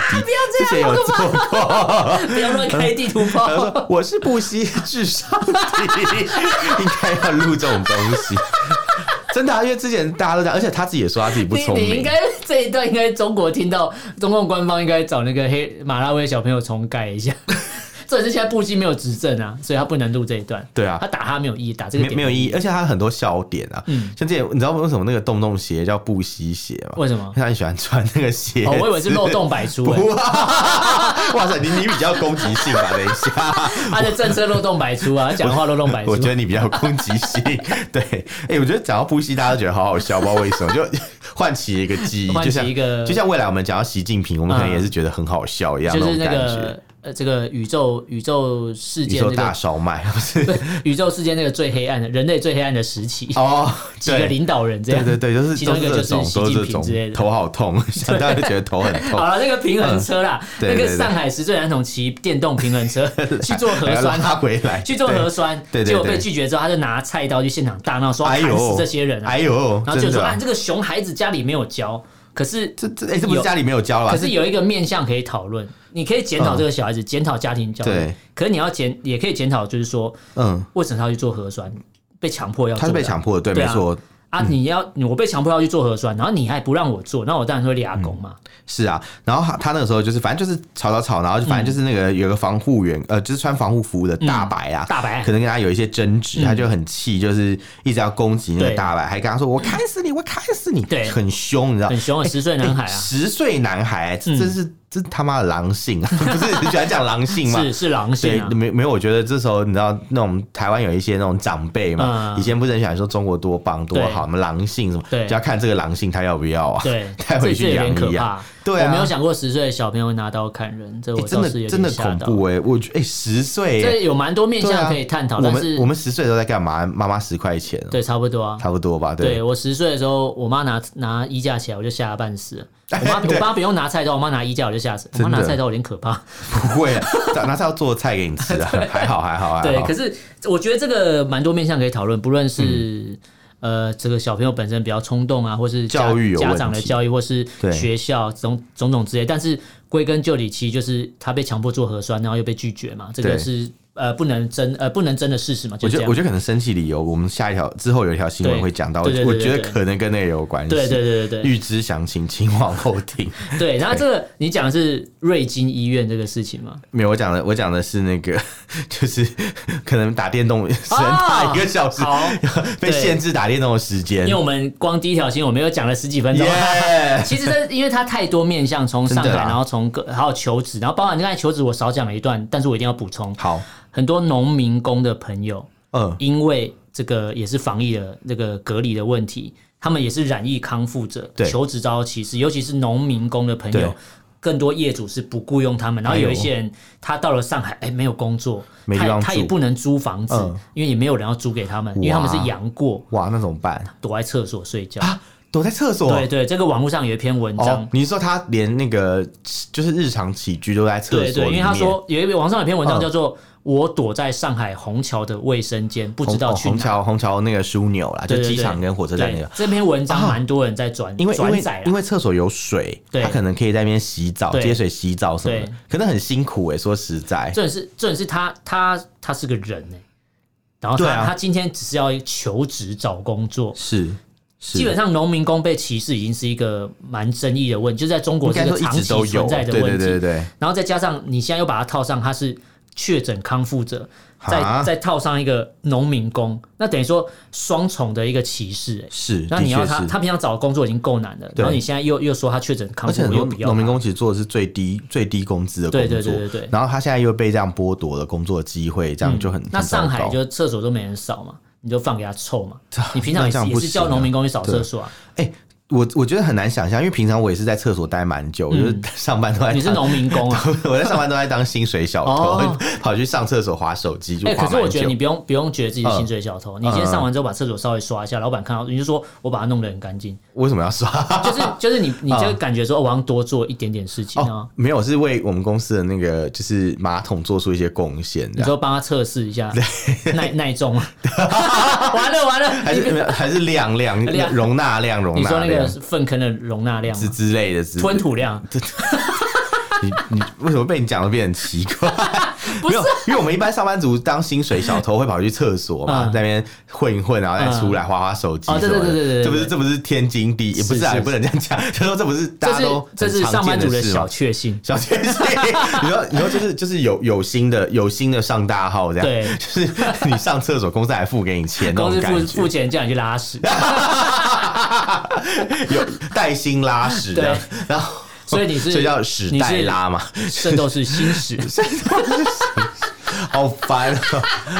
Speaker 1: 之前有做过，
Speaker 2: 不要乱开地图
Speaker 1: 他
Speaker 2: 炮。
Speaker 1: 说我是布希智商低， 应该要录这种东西。真的、啊，因为之前大家都讲，而且他自己也说他自己不
Speaker 2: 你
Speaker 1: 聪
Speaker 2: 你
Speaker 1: 明
Speaker 2: 应，该这一段应该中国听到，中共官方应该找那个黑马拉维小朋友重盖 一下。这也是现在布基没有执政啊，所以他不能录这一段。
Speaker 1: 对啊
Speaker 2: 他打他没有意义，打这个
Speaker 1: 没
Speaker 2: 点
Speaker 1: 没有意
Speaker 2: 义。
Speaker 1: 义，而且他很多笑点啊，像这你知道为什么那个洞洞鞋叫布希鞋吗？
Speaker 2: 嗯为什么
Speaker 1: 因为他很喜欢穿那个鞋
Speaker 2: 哦，我以为是
Speaker 1: 子
Speaker 2: 漏洞百出、
Speaker 1: 不
Speaker 2: 欸，
Speaker 1: 哇塞，你你比较攻击性吧？等一下，
Speaker 2: 他的政策漏洞百出啊， 他 讲话漏洞百出
Speaker 1: 我。觉得你比较攻击性。 对，哎、我觉得讲到布希，大家都觉得好好笑，不知道为什 么，就唤起一个记忆，
Speaker 2: 唤
Speaker 1: 就
Speaker 2: 起
Speaker 1: 像
Speaker 2: 一个嗯
Speaker 1: 就像未来我们讲到习近平，我们可能也是觉得很好笑一样、
Speaker 2: 就是
Speaker 1: 那
Speaker 2: 那
Speaker 1: 种感觉。
Speaker 2: 个呃，这个宇宙宇宙事
Speaker 1: 你
Speaker 2: 件
Speaker 1: 说
Speaker 2: 这个
Speaker 1: 大烧麦不是？
Speaker 2: 宇宙世界那个最黑暗的人类最黑暗的时期，
Speaker 1: 哦，
Speaker 2: 几个
Speaker 1: 对。
Speaker 2: 领导人这
Speaker 1: 对
Speaker 2: 样，
Speaker 1: 对对，就是
Speaker 2: 其中一个
Speaker 1: 都
Speaker 2: 就是
Speaker 1: 这种
Speaker 2: 是，习
Speaker 1: 都是这
Speaker 2: 近平之类
Speaker 1: 种，
Speaker 2: 的。
Speaker 1: 头好痛， 想到就觉得头很
Speaker 2: 好
Speaker 1: 痛。
Speaker 2: 了，那个平衡车啦，
Speaker 1: 哦嗯对
Speaker 2: 那
Speaker 1: 对
Speaker 2: 个
Speaker 1: 对
Speaker 2: 上海十最男童骑电动平 衡车去做核
Speaker 1: 还要
Speaker 2: 酸，
Speaker 1: 拉回来，
Speaker 2: 去做
Speaker 1: 对
Speaker 2: 核酸，
Speaker 1: 对对对
Speaker 2: 结果被拒绝之后，他就拿菜刀去现场大闹，说要
Speaker 1: 哎
Speaker 2: 砍
Speaker 1: 呦
Speaker 2: 死这些人啊，
Speaker 1: 哎呦，
Speaker 2: 然后就
Speaker 1: 真
Speaker 2: 说
Speaker 1: 的
Speaker 2: 啊，
Speaker 1: 啊，
Speaker 2: 这个熊孩子家里没有教，可是
Speaker 1: 这这哎，这不是
Speaker 2: 有
Speaker 1: 家里没有教了吧？
Speaker 2: 可是有一个面向可以讨论，你可以检讨这个小孩子，检讨家庭教育
Speaker 1: 嗯对，
Speaker 2: 可是你要检也可以检讨，就是说
Speaker 1: 嗯，
Speaker 2: 为什么他要去做核酸，被强迫要做
Speaker 1: 他
Speaker 2: 的啊，
Speaker 1: 是被强迫嗯的，对，
Speaker 2: 对
Speaker 1: 没
Speaker 2: 啊
Speaker 1: 错，
Speaker 2: 啊，你要我被强迫要去做核酸，然后你还不让我做，那我当然会立阿公嘛。
Speaker 1: 是啊，然后他他那个时候就是反正就是吵吵吵，然后就反正就是那个有个防护员，呃，就是穿防护服的大白啊，
Speaker 2: 嗯大白嗯
Speaker 1: 可能跟他有一些争执，他就很气，就是一直要攻击那
Speaker 2: 对
Speaker 1: 个大白，还跟他说我砍死你，我砍死你，
Speaker 2: 对
Speaker 1: 很凶，你知道哎
Speaker 2: 很。嗯凶的十岁男孩啊，
Speaker 1: 十岁男孩，哎这真是这他妈的狼性啊！ 不是你喜欢讲狼性吗？
Speaker 2: 是是狼
Speaker 1: 对
Speaker 2: 性啊，。
Speaker 1: 没没有，我觉得这时候你知道那种台湾有一些那种长辈嘛，
Speaker 2: 嗯
Speaker 1: 以前不是很喜欢说中国多棒多
Speaker 2: 对
Speaker 1: 好，什么狼性什么，
Speaker 2: 对
Speaker 1: 就要看这个狼性他要不要啊，
Speaker 2: 对，
Speaker 1: 带回
Speaker 2: 这
Speaker 1: 去
Speaker 2: 这有
Speaker 1: 养
Speaker 2: 点可
Speaker 1: 一养。
Speaker 2: 怕。
Speaker 1: 对啊
Speaker 2: 我没有想过十岁的小朋友会拿刀砍人，这
Speaker 1: 欸
Speaker 2: 我
Speaker 1: 真
Speaker 2: 倒是
Speaker 1: 的
Speaker 2: 有
Speaker 1: 真
Speaker 2: 点
Speaker 1: 的
Speaker 2: 吓
Speaker 1: 恐
Speaker 2: 到。
Speaker 1: 怖哎、我觉得哎十岁欸，
Speaker 2: 这有蛮多面
Speaker 1: 对啊
Speaker 2: 向可以探讨，
Speaker 1: 我
Speaker 2: 但
Speaker 1: 们
Speaker 2: 是
Speaker 1: 我们十岁的时候在干嘛？妈妈十块钱哦、
Speaker 2: 对差不多啊。
Speaker 1: 差不多吧？
Speaker 2: 对
Speaker 1: 对，
Speaker 2: 我十岁的时候，我妈拿拿衣架起来，我就吓得 半死了。我妈
Speaker 1: 对
Speaker 2: 我妈不用拿菜刀，我妈拿衣架我就吓死。我
Speaker 1: 真
Speaker 2: 妈
Speaker 1: 的
Speaker 2: 拿菜刀有点可怕。
Speaker 1: 不会啊，拿 菜要做菜给你吃 啊，还好还好还好。
Speaker 2: 对，可是我觉得这个蛮多面向可以讨论，不论是、呃这个小朋友本身比较冲动啊，或是
Speaker 1: 嗯
Speaker 2: 家
Speaker 1: 教育有
Speaker 2: 家长的
Speaker 1: 问题
Speaker 2: 教育，或是
Speaker 1: 对
Speaker 2: 学校种种种之类，但是归根究底，其实就是他被强迫做核酸，然后又被拒绝嘛，这个
Speaker 1: 对
Speaker 2: 是呃不能争呃不能争的事实嘛，就
Speaker 1: 我觉
Speaker 2: 这
Speaker 1: 得
Speaker 2: 样
Speaker 1: 我。觉得可能生气理由，我们下一条之后有一条新闻
Speaker 2: 对
Speaker 1: 会讲到，我
Speaker 2: 对对对
Speaker 1: 我
Speaker 2: 对
Speaker 1: 觉得
Speaker 2: 对
Speaker 1: 可能跟那个有关系。
Speaker 2: 对对对对对
Speaker 1: 预知详情，请往后听。
Speaker 2: 对，然后这个你讲的是瑞金医院这个事 情嘛？
Speaker 1: 没有，我讲的我讲的是那个， 就是可能打电动神打一个小时，
Speaker 2: 好，
Speaker 1: 被限制打电动的时间
Speaker 2: 因为。我们光第一条新闻我们又讲了十几分钟。
Speaker 1: 耶
Speaker 2: 其实这因为它太多面向，从上海，
Speaker 1: 真的啦
Speaker 2: 然后从各还有求职，然后包含刚才求职我少讲了一段，但是我一定要补充，
Speaker 1: 好，
Speaker 2: 很多农民工的朋友，
Speaker 1: 嗯，
Speaker 2: 因为这个也是防疫的那个隔离的问题，他们也是染疫康复者，
Speaker 1: 对
Speaker 2: 求职遭到歧视，尤其是农民工的朋友
Speaker 1: 对。
Speaker 2: 更多业主是不雇佣他们，然后
Speaker 1: 哎呦
Speaker 2: 有一些人他到了上海，哎、没有工作，
Speaker 1: 没地
Speaker 2: 他
Speaker 1: 方
Speaker 2: 他也
Speaker 1: 住
Speaker 2: 不能租房子，
Speaker 1: 嗯
Speaker 2: 因为也没有人要租给他们，因为他们是
Speaker 1: 哇
Speaker 2: 杨过，
Speaker 1: 哇，那怎么办？
Speaker 2: 躲在厕所睡觉。
Speaker 1: 啊躲在厕所？
Speaker 2: 对对，这个网络上有一篇文章
Speaker 1: 哦，，你是说他连那个就是日常起居都在厕所
Speaker 2: 对对，因为他
Speaker 1: 里面
Speaker 2: 说有一篇网上有一篇文
Speaker 1: 嗯
Speaker 2: 章叫做“我躲在上海虹桥的卫生间，不
Speaker 1: 红
Speaker 2: 知道
Speaker 1: 哦
Speaker 2: 去
Speaker 1: 虹
Speaker 2: 哪
Speaker 1: 桥虹桥那个枢纽啦，”，就
Speaker 2: 对对
Speaker 1: 机
Speaker 2: 对
Speaker 1: 场跟火车站那
Speaker 2: 对
Speaker 1: 个。
Speaker 2: 这篇文章蛮多人在转，
Speaker 1: 啊因为因
Speaker 2: 转
Speaker 1: 为
Speaker 2: 载啊
Speaker 1: 因
Speaker 2: 啦。
Speaker 1: 为厕所有水，
Speaker 2: 对
Speaker 1: 他可能可以在那边洗澡、
Speaker 2: 对
Speaker 1: 接水洗澡什么的
Speaker 2: 对，
Speaker 1: 可能很辛苦哎、说实在，
Speaker 2: 重点是重点是他他他是个人哎、然后他、
Speaker 1: 对啊
Speaker 2: 他今天只是要求职找工作，
Speaker 1: 是是
Speaker 2: 基本上农民工被歧视已经是一个蛮争议的问题，就是在中国
Speaker 1: 应
Speaker 2: 这
Speaker 1: 该
Speaker 2: 个
Speaker 1: 说一
Speaker 2: 长
Speaker 1: 直都
Speaker 2: 期
Speaker 1: 有，
Speaker 2: 存在
Speaker 1: 对
Speaker 2: 的问
Speaker 1: 对
Speaker 2: 题。
Speaker 1: 对对对，
Speaker 2: 然后再加上你现在又把它套上，他是确诊康复者，再
Speaker 1: 啊
Speaker 2: 再套上一个农民工，那等于说双重的一个歧视、欸。
Speaker 1: 是。
Speaker 2: 那你要
Speaker 1: 的确
Speaker 2: 他，
Speaker 1: 是
Speaker 2: 他平常找工作已经够难了，
Speaker 1: 对
Speaker 2: 然后你现在又又说他确诊康
Speaker 1: 而
Speaker 2: 复
Speaker 1: 且，很
Speaker 2: 我
Speaker 1: 多
Speaker 2: 又不要他
Speaker 1: 农民工其实做的是最低最低工资的工
Speaker 2: 对
Speaker 1: 作，
Speaker 2: 对对对对嗯
Speaker 1: 然后他现在又被这样剥夺了工作机会，这样就很、
Speaker 2: 那
Speaker 1: 很糟
Speaker 2: 上海
Speaker 1: 糕
Speaker 2: 就 厕所都没人扫嘛，你就放给他臭嘛，你平常
Speaker 1: 那
Speaker 2: 也
Speaker 1: 这
Speaker 2: 是
Speaker 1: 样
Speaker 2: 也
Speaker 1: 不
Speaker 2: 是叫
Speaker 1: 行啊
Speaker 2: 农民工去扫
Speaker 1: 对
Speaker 2: 厕所啊，
Speaker 1: 我我觉得很难想象，因为平常我也是在厕所待蛮久，就是上班都在
Speaker 2: 嗯你是
Speaker 1: 当
Speaker 2: 农民工啊？
Speaker 1: 我在上班都在当薪水小偷，
Speaker 2: 哦
Speaker 1: 跑去上厕所划手机就
Speaker 2: 哎、
Speaker 1: 划蛮
Speaker 2: 可
Speaker 1: 久。嗯
Speaker 2: 是我觉得你不用不用觉得自己是薪水小偷，你今天上完之后把厕所稍微刷一下，老板看到你就说我把它弄得很干净，
Speaker 1: 为什么 要刷？
Speaker 2: 就是就 是你你就感觉说、哦我好像多做一点点事情啊
Speaker 1: 嗯哦，，没有，是为我们公司的那个就是马桶做出一些贡献，这
Speaker 2: 你
Speaker 1: 样
Speaker 2: 说帮他测试一下 耐耐重吗？ 完了完了，
Speaker 1: 还是没有还是量量
Speaker 2: 量
Speaker 1: 容纳量容
Speaker 2: 你说
Speaker 1: 纳
Speaker 2: 那
Speaker 1: 量
Speaker 2: 个粪坑的容纳量吗啊
Speaker 1: 之之类的之类的
Speaker 2: 吞吐量，
Speaker 1: 你你为什么被你讲的变得很奇怪？
Speaker 2: 啊
Speaker 1: 没有，因为我们一般上班族当薪水小偷会跑去厕所嘛，
Speaker 2: 嗯
Speaker 1: 在那边混一混，然后再出来划划手机
Speaker 2: 哦
Speaker 1: 什
Speaker 2: 对
Speaker 1: 么的。
Speaker 2: 对对对对
Speaker 1: 这不是
Speaker 2: 对
Speaker 1: 这不是天经地，也不是啊，
Speaker 2: 是是
Speaker 1: 也不能这样讲。 就说这不是大
Speaker 2: 这
Speaker 1: 家
Speaker 2: 是
Speaker 1: 都
Speaker 2: 这是
Speaker 1: 很常
Speaker 2: 上班
Speaker 1: 见
Speaker 2: 族的
Speaker 1: 事嘛
Speaker 2: 小确幸。
Speaker 1: 小确幸。 你说你说就是就是有有心的有心的上大号这样，
Speaker 2: 对
Speaker 1: 就是你上厕所公司还付给你钱那
Speaker 2: 公
Speaker 1: 种
Speaker 2: 司付
Speaker 1: 感觉，
Speaker 2: 付钱叫你去拉屎，
Speaker 1: 有带薪拉屎这样，然后
Speaker 2: 所以你是
Speaker 1: 所以叫屎
Speaker 2: 你是
Speaker 1: 带拉嘛。
Speaker 2: 圣斗士星矢。
Speaker 1: 好烦、啊，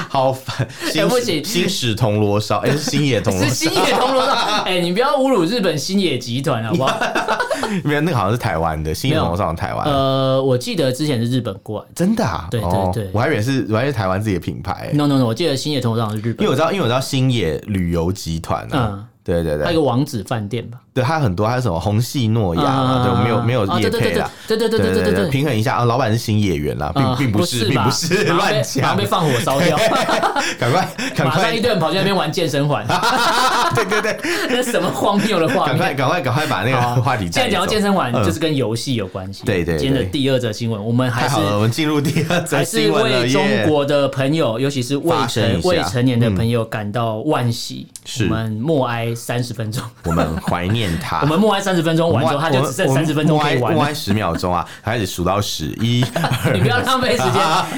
Speaker 1: 好烦！新
Speaker 2: 不行
Speaker 1: 新始铜锣烧，哎、是新野铜锣
Speaker 2: 是
Speaker 1: 烧，
Speaker 2: 星野铜锣烧，哎、你不要侮辱日本星野集团好不好？
Speaker 1: 没有那个好像是台湾的，新野铜锣烧好像台湾的，
Speaker 2: 呃，我记得之前是日本过来
Speaker 1: 真的啊？
Speaker 2: 对对
Speaker 1: 哦
Speaker 2: 对
Speaker 1: 我还以为是，我还以为是台湾自己的品牌、哎
Speaker 2: ，no no no，我记得星野铜锣烧是日
Speaker 1: 因为
Speaker 2: 本，
Speaker 1: 我知道，因为我知道新野旅游集团啊，
Speaker 2: 嗯
Speaker 1: 对对
Speaker 2: 它有
Speaker 1: 对，
Speaker 2: 一个王子饭店吧？
Speaker 1: 对它很多，还有什么红系诺亚
Speaker 2: 啊
Speaker 1: 嘛，对，我没有没有
Speaker 2: 啊
Speaker 1: 业
Speaker 2: 对对
Speaker 1: 配
Speaker 2: 对
Speaker 1: 啦。
Speaker 2: 对对对对对对对对，
Speaker 1: 平衡一下啊！老板是新演员啦，并
Speaker 2: 啊
Speaker 1: 并不是，并
Speaker 2: 吧
Speaker 1: 不是
Speaker 2: 马上被
Speaker 1: 乱
Speaker 2: 马上
Speaker 1: 讲
Speaker 2: 被，放火烧掉，
Speaker 1: 赶快赶
Speaker 2: 马上
Speaker 1: 快
Speaker 2: 一，堆人跑去那边玩健身环，
Speaker 1: 对对对，
Speaker 2: 那什么荒谬的画
Speaker 1: 赶
Speaker 2: 面。
Speaker 1: 快赶快赶快把那个话题
Speaker 2: 哦
Speaker 1: 带
Speaker 2: 现在讲到
Speaker 1: 走
Speaker 2: 健身环，
Speaker 1: 嗯
Speaker 2: 就是跟游戏有关系。
Speaker 1: 对对对
Speaker 2: 今天的第二则新闻，我们
Speaker 1: 太
Speaker 2: 还是
Speaker 1: 好了，我们进入第二则
Speaker 2: 还是
Speaker 1: 新闻了
Speaker 2: 为中
Speaker 1: 耶！
Speaker 2: 国的朋友，尤其是未
Speaker 1: 发声一
Speaker 2: 成
Speaker 1: 下嗯
Speaker 2: 未成年的朋友感到惋惜。
Speaker 1: 是啊
Speaker 2: 我们默哀三十分钟，
Speaker 1: 我们怀念他。
Speaker 2: 我们默哀三十分钟完之后，他就只剩三十分钟可以玩了。
Speaker 1: 十秒钟啊，开始数到十一。
Speaker 2: 你不要浪费时间，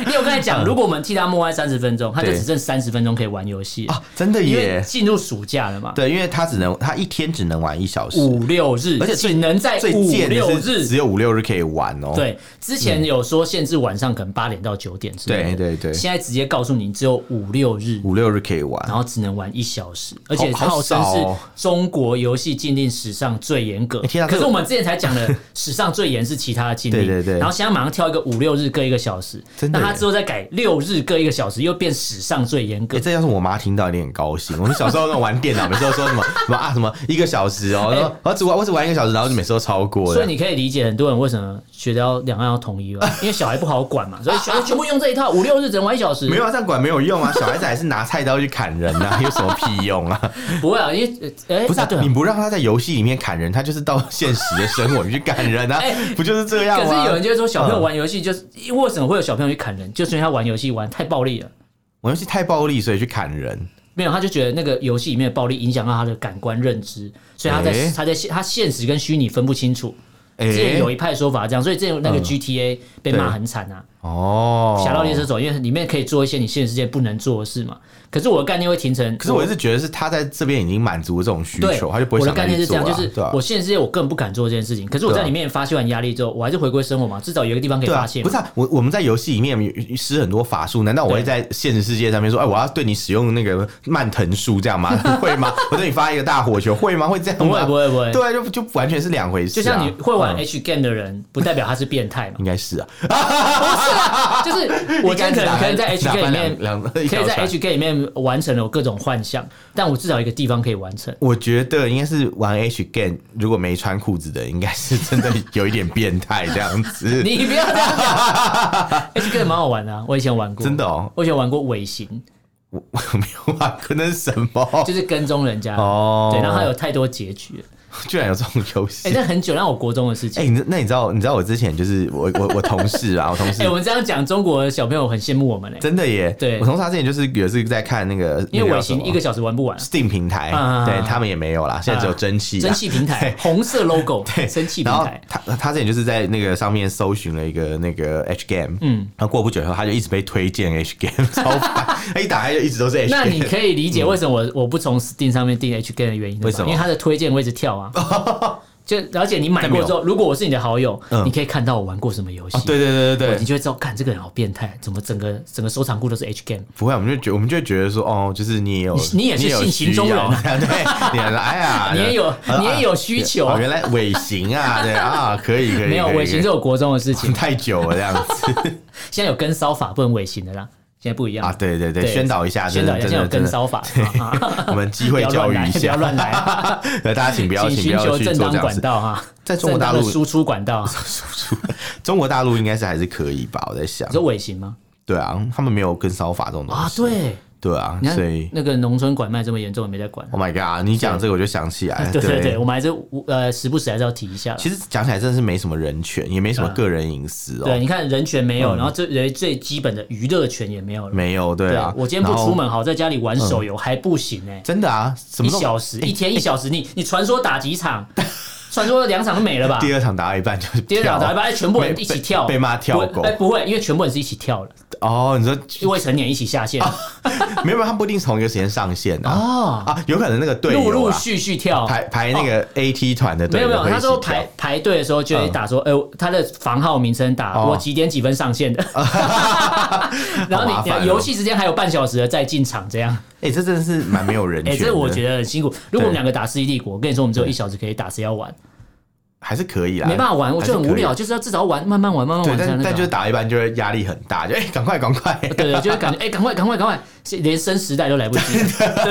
Speaker 2: 因为我刚才讲，如果我们替他默哀三十分钟，他就
Speaker 1: 啊嗯对
Speaker 2: 只剩三十分钟可以玩游戏了，
Speaker 1: 啊，真的
Speaker 2: 因为
Speaker 1: 耶！
Speaker 2: 进入暑假了嘛，
Speaker 1: 对，因为他只能他一天只能玩一小时，
Speaker 2: 五六日，
Speaker 1: 而且最
Speaker 2: 只能在
Speaker 1: 最
Speaker 2: 五
Speaker 1: 贱
Speaker 2: 六
Speaker 1: 的
Speaker 2: 日
Speaker 1: 是只有五六日可以玩哦。
Speaker 2: 对，之前有说限制晚上可能八点到九点之类的，
Speaker 1: 对对对
Speaker 2: 现在直接告诉你只有五六日，
Speaker 1: 五六日可以玩
Speaker 2: 然。后只能玩一小时，而且
Speaker 1: 哦好好
Speaker 2: 号称
Speaker 1: 少
Speaker 2: 是
Speaker 1: 哦
Speaker 2: 中国游戏禁令史上最严格。
Speaker 1: 天啊
Speaker 2: 可
Speaker 1: 这
Speaker 2: 是
Speaker 1: 个
Speaker 2: 我们之前才讲的 史上最严是其他的禁令，
Speaker 1: 对对对
Speaker 2: 然后现在马上跳一个五六日各一个小时，
Speaker 1: 真的
Speaker 2: 那
Speaker 1: 耶
Speaker 2: 他之后再改六日各一个小时，又变史上最严格
Speaker 1: 哎，。这要是我妈听到，一定很高兴。我们小时候那种玩电脑，每次都说什么 什么啊什么一个小时哦，然后我只玩我只玩一个小时，然后就每次都超过
Speaker 2: 哎所
Speaker 1: 的
Speaker 2: 以。你可以理解很多人为什么觉得要两岸要 统一吧，因为小孩不好管嘛，所以小孩全部用这一套，五六日只能玩一小时。
Speaker 1: 没有啊，这样管没有用啊！小孩子还是拿菜刀去砍人啊， 有什么屁用啊？
Speaker 2: 不会啊，因为哎，
Speaker 1: 不是、
Speaker 2: 那对啊
Speaker 1: 你不让他在游戏里面砍人，他就是到现实的生活里去砍人啊，
Speaker 2: 哎
Speaker 1: 不就是这样吗？
Speaker 2: 可是有人就会说，小朋友玩游戏就是、因为为什么会有小朋友去砍人，就是因为他玩游戏玩太暴力了。
Speaker 1: 玩游戏太暴力，所以去砍人。
Speaker 2: 没有，他就觉得那个游戏里面的暴力影响到他的感官认知，所以他在、
Speaker 1: 诶
Speaker 2: 他在他现实跟虚拟分不清楚。
Speaker 1: 哎、
Speaker 2: 之前有一派说法这样，所以之前那个
Speaker 1: 嗯
Speaker 2: GTA 被骂很惨啊，
Speaker 1: 哦，
Speaker 2: 《侠盗猎车手》因为里面可以做一些你现实世界不能做的事嘛。可是我的概念会形成，
Speaker 1: 可是我一直觉得是他在这边已经满足了这种需
Speaker 2: 对
Speaker 1: 求，他就不会
Speaker 2: 我的
Speaker 1: 想再
Speaker 2: 概念
Speaker 1: 去
Speaker 2: 是这
Speaker 1: 做、
Speaker 2: 样，
Speaker 1: 啊。
Speaker 2: 就是
Speaker 1: 对啊
Speaker 2: 我现实世界我根本不敢做这件事情，可是我在
Speaker 1: 对啊
Speaker 2: 里面发泄完压力之后，我还是回归生活嘛，至少有一个地方可以
Speaker 1: 对啊
Speaker 2: 发泄，嘛。
Speaker 1: 不是啊，我我们在游戏里面有施很多法术，难道我会
Speaker 2: 对
Speaker 1: 在现实世界上面说，哎，我要对你使用那个蔓藤术这样吗？ 会吗？我对你发一个大火球，会吗？会这样吗？
Speaker 2: 不会不会不会
Speaker 1: 对啊，就就完全是两回事、
Speaker 2: 就
Speaker 1: 啊。
Speaker 2: 像你会
Speaker 1: 嗯
Speaker 2: 玩 H game 的人，不代表他是变态嘛。
Speaker 1: 应该是啊，
Speaker 2: 就是我今天可能可以在 H
Speaker 1: 打
Speaker 2: K 里
Speaker 1: 翻
Speaker 2: 面，
Speaker 1: 两两
Speaker 2: 可以在 H K 里面完成了我各种幻想，但我至少有一个地方可以完 成。
Speaker 1: 我觉得应该是玩 H game，如果没穿裤子的，应该是 真的有一点变态这样子。
Speaker 2: 你不要这样讲，H K 蛮好玩的啊，我以前玩过，
Speaker 1: 真的哦
Speaker 2: 我以前玩过尾行，
Speaker 1: 我我没有玩过，那是什么？
Speaker 2: 就是跟踪人家，
Speaker 1: 哦
Speaker 2: 对，然后它有太多结局了，
Speaker 1: 居然有这种游戏！
Speaker 2: 哎，那很久，那我国中的事
Speaker 1: 哎、
Speaker 2: 情。
Speaker 1: 你那你知道你知道我之前就是我我我同事 啊，我同事
Speaker 2: 哎，我们这样讲，中国的小朋友很羡慕我们嘞，
Speaker 1: 真的耶，
Speaker 2: 对
Speaker 1: 我同事他之前就是有一次在看那个，
Speaker 2: 因
Speaker 1: 那
Speaker 2: 为
Speaker 1: 个叫
Speaker 2: 尾
Speaker 1: 什
Speaker 2: 行
Speaker 1: 么
Speaker 2: 一个小时玩不完，
Speaker 1: Steam 平台，
Speaker 2: 啊
Speaker 1: 对他们也没有啦，现在只有蒸汽、啊，
Speaker 2: 蒸汽平台，红 色 logo，蒸汽平
Speaker 1: 然后
Speaker 2: 台，
Speaker 1: 他他之前就是在那个上面搜寻了一个那个 H game，嗯，然后过不久以后他就一直被推荐 H game，超烦，他一打开就一直都是 H
Speaker 2: 那你
Speaker 1: game。
Speaker 2: 可以理解为什么我我不从 Steam 上面订 H Game 的原因了吧
Speaker 1: 为什么
Speaker 2: 因为它的推荐会一直跳啊。就了解你买过之后，如果我是你的好友，
Speaker 1: 嗯
Speaker 2: 你可以看到我玩过什么游戏
Speaker 1: 啊，，对对对对对，
Speaker 2: 你就会知道，看这个人好变态，怎么整个整个收藏库都是 H game。
Speaker 1: 不会，我们就觉我们就会觉得说，哦，就是你也有，
Speaker 2: 你你也是
Speaker 1: 有
Speaker 2: 性情中人啊
Speaker 1: 需要 对，你也是哎呀，
Speaker 2: 你也有
Speaker 1: 啊
Speaker 2: 你也有需求
Speaker 1: 啊原来尾行啊，对啊，可以可以，
Speaker 2: 没有
Speaker 1: 可以
Speaker 2: 尾行，这
Speaker 1: 可
Speaker 2: 有国中的事
Speaker 1: 以
Speaker 2: 情，
Speaker 1: 太久了这样 子
Speaker 2: 现在有跟骚法，不能尾行的啦，现在不一样
Speaker 1: 啊，对对对，
Speaker 2: 对
Speaker 1: 宣导一下，
Speaker 2: 宣
Speaker 1: 真的
Speaker 2: 导一下，
Speaker 1: 真
Speaker 2: 现在有
Speaker 1: 的真
Speaker 2: 跟
Speaker 1: 的，
Speaker 2: 骚法，啊
Speaker 1: 我们机会
Speaker 2: 不要
Speaker 1: 教育
Speaker 2: 乱来
Speaker 1: 一下，
Speaker 2: 不要 乱来，啊
Speaker 1: 对，大家请不要请
Speaker 2: 请
Speaker 1: 不
Speaker 2: 寻
Speaker 1: 要
Speaker 2: 求
Speaker 1: 去
Speaker 2: 正
Speaker 1: 做
Speaker 2: 当
Speaker 1: 这样
Speaker 2: 管
Speaker 1: 子。
Speaker 2: 道哈，
Speaker 1: 在中国大
Speaker 2: 正当的
Speaker 1: 陆，
Speaker 2: 输出管道，啊
Speaker 1: 中国大陆应该是还是可以吧？我在想
Speaker 2: 你，说尾行 吗？
Speaker 1: 对啊，他们没有跟骚法这种东西
Speaker 2: 啊，对，
Speaker 1: 对啊
Speaker 2: 你，看
Speaker 1: 所以
Speaker 2: 那个农村拐卖这么严重，也没在管。啊
Speaker 1: Oh my God，你讲这个我就想起来，
Speaker 2: 对对对，我们还是无呃时不时还是要提一下啦。
Speaker 1: 哦其实讲起来真的是没什么人权，也没什么个人隐私
Speaker 2: 啊对，
Speaker 1: 哦，
Speaker 2: 你看人权没有，然后最人最基本的娱乐权也没有了。
Speaker 1: 没有，对啊，
Speaker 2: 我今天不
Speaker 1: 然后
Speaker 2: 出，门，好在家里玩手游还不行哎，
Speaker 1: 真的啊，什
Speaker 2: 一
Speaker 1: 么哎时候
Speaker 2: 小时一天一小时，你你传说打几场，传说两场都没了吧？
Speaker 1: 第二场打到一半就是
Speaker 2: 啊第二场
Speaker 1: 跳
Speaker 2: 打一半，哎，全部人一起跳，
Speaker 1: 被被骂跳
Speaker 2: 不
Speaker 1: 狗
Speaker 2: 会哎，不会，因为全部人是一起 跳的，
Speaker 1: 哦，你说
Speaker 2: 未成年一起下
Speaker 1: 哦
Speaker 2: 线
Speaker 1: 没有，没有他不一定同一个时间上线的啊，
Speaker 2: 哦，
Speaker 1: 啊有可能那个队
Speaker 2: 陆
Speaker 1: 友
Speaker 2: 陆
Speaker 1: 啊
Speaker 2: 续续跳，
Speaker 1: 排排那个 AT 团的队
Speaker 2: 没
Speaker 1: 友
Speaker 2: 有没有，
Speaker 1: 会一
Speaker 2: 他
Speaker 1: 起
Speaker 2: 说
Speaker 1: 跳
Speaker 2: 排排队的时候就会打说，哎、他的房号名称打、
Speaker 1: 哦
Speaker 2: 我几点几分上 线的，然
Speaker 1: 好麻
Speaker 2: 后
Speaker 1: 烦哦
Speaker 2: 你游戏时间还有半小时的再进场这样，
Speaker 1: 哎、这真的是蛮没有人
Speaker 2: 哎、
Speaker 1: 权的。
Speaker 2: 这我觉得很辛苦。如果我
Speaker 1: 对
Speaker 2: 们两个打《世纪帝国》，我跟你说我们只有一小时可以打，谁要玩？
Speaker 1: 还是可以啦，
Speaker 2: 没办法玩，我觉得
Speaker 1: 还
Speaker 2: 很
Speaker 1: 是可
Speaker 2: 无
Speaker 1: 以
Speaker 2: 聊，。就是要至少要玩，慢慢玩，慢慢
Speaker 1: 对，
Speaker 2: 玩才
Speaker 1: 但
Speaker 2: 能
Speaker 1: 但就是
Speaker 2: 打。
Speaker 1: 打一半就会压力很大，就哎， 赶、快赶快，
Speaker 2: 对对，就是感觉哎，赶快赶快赶快，是连升时代都来不及。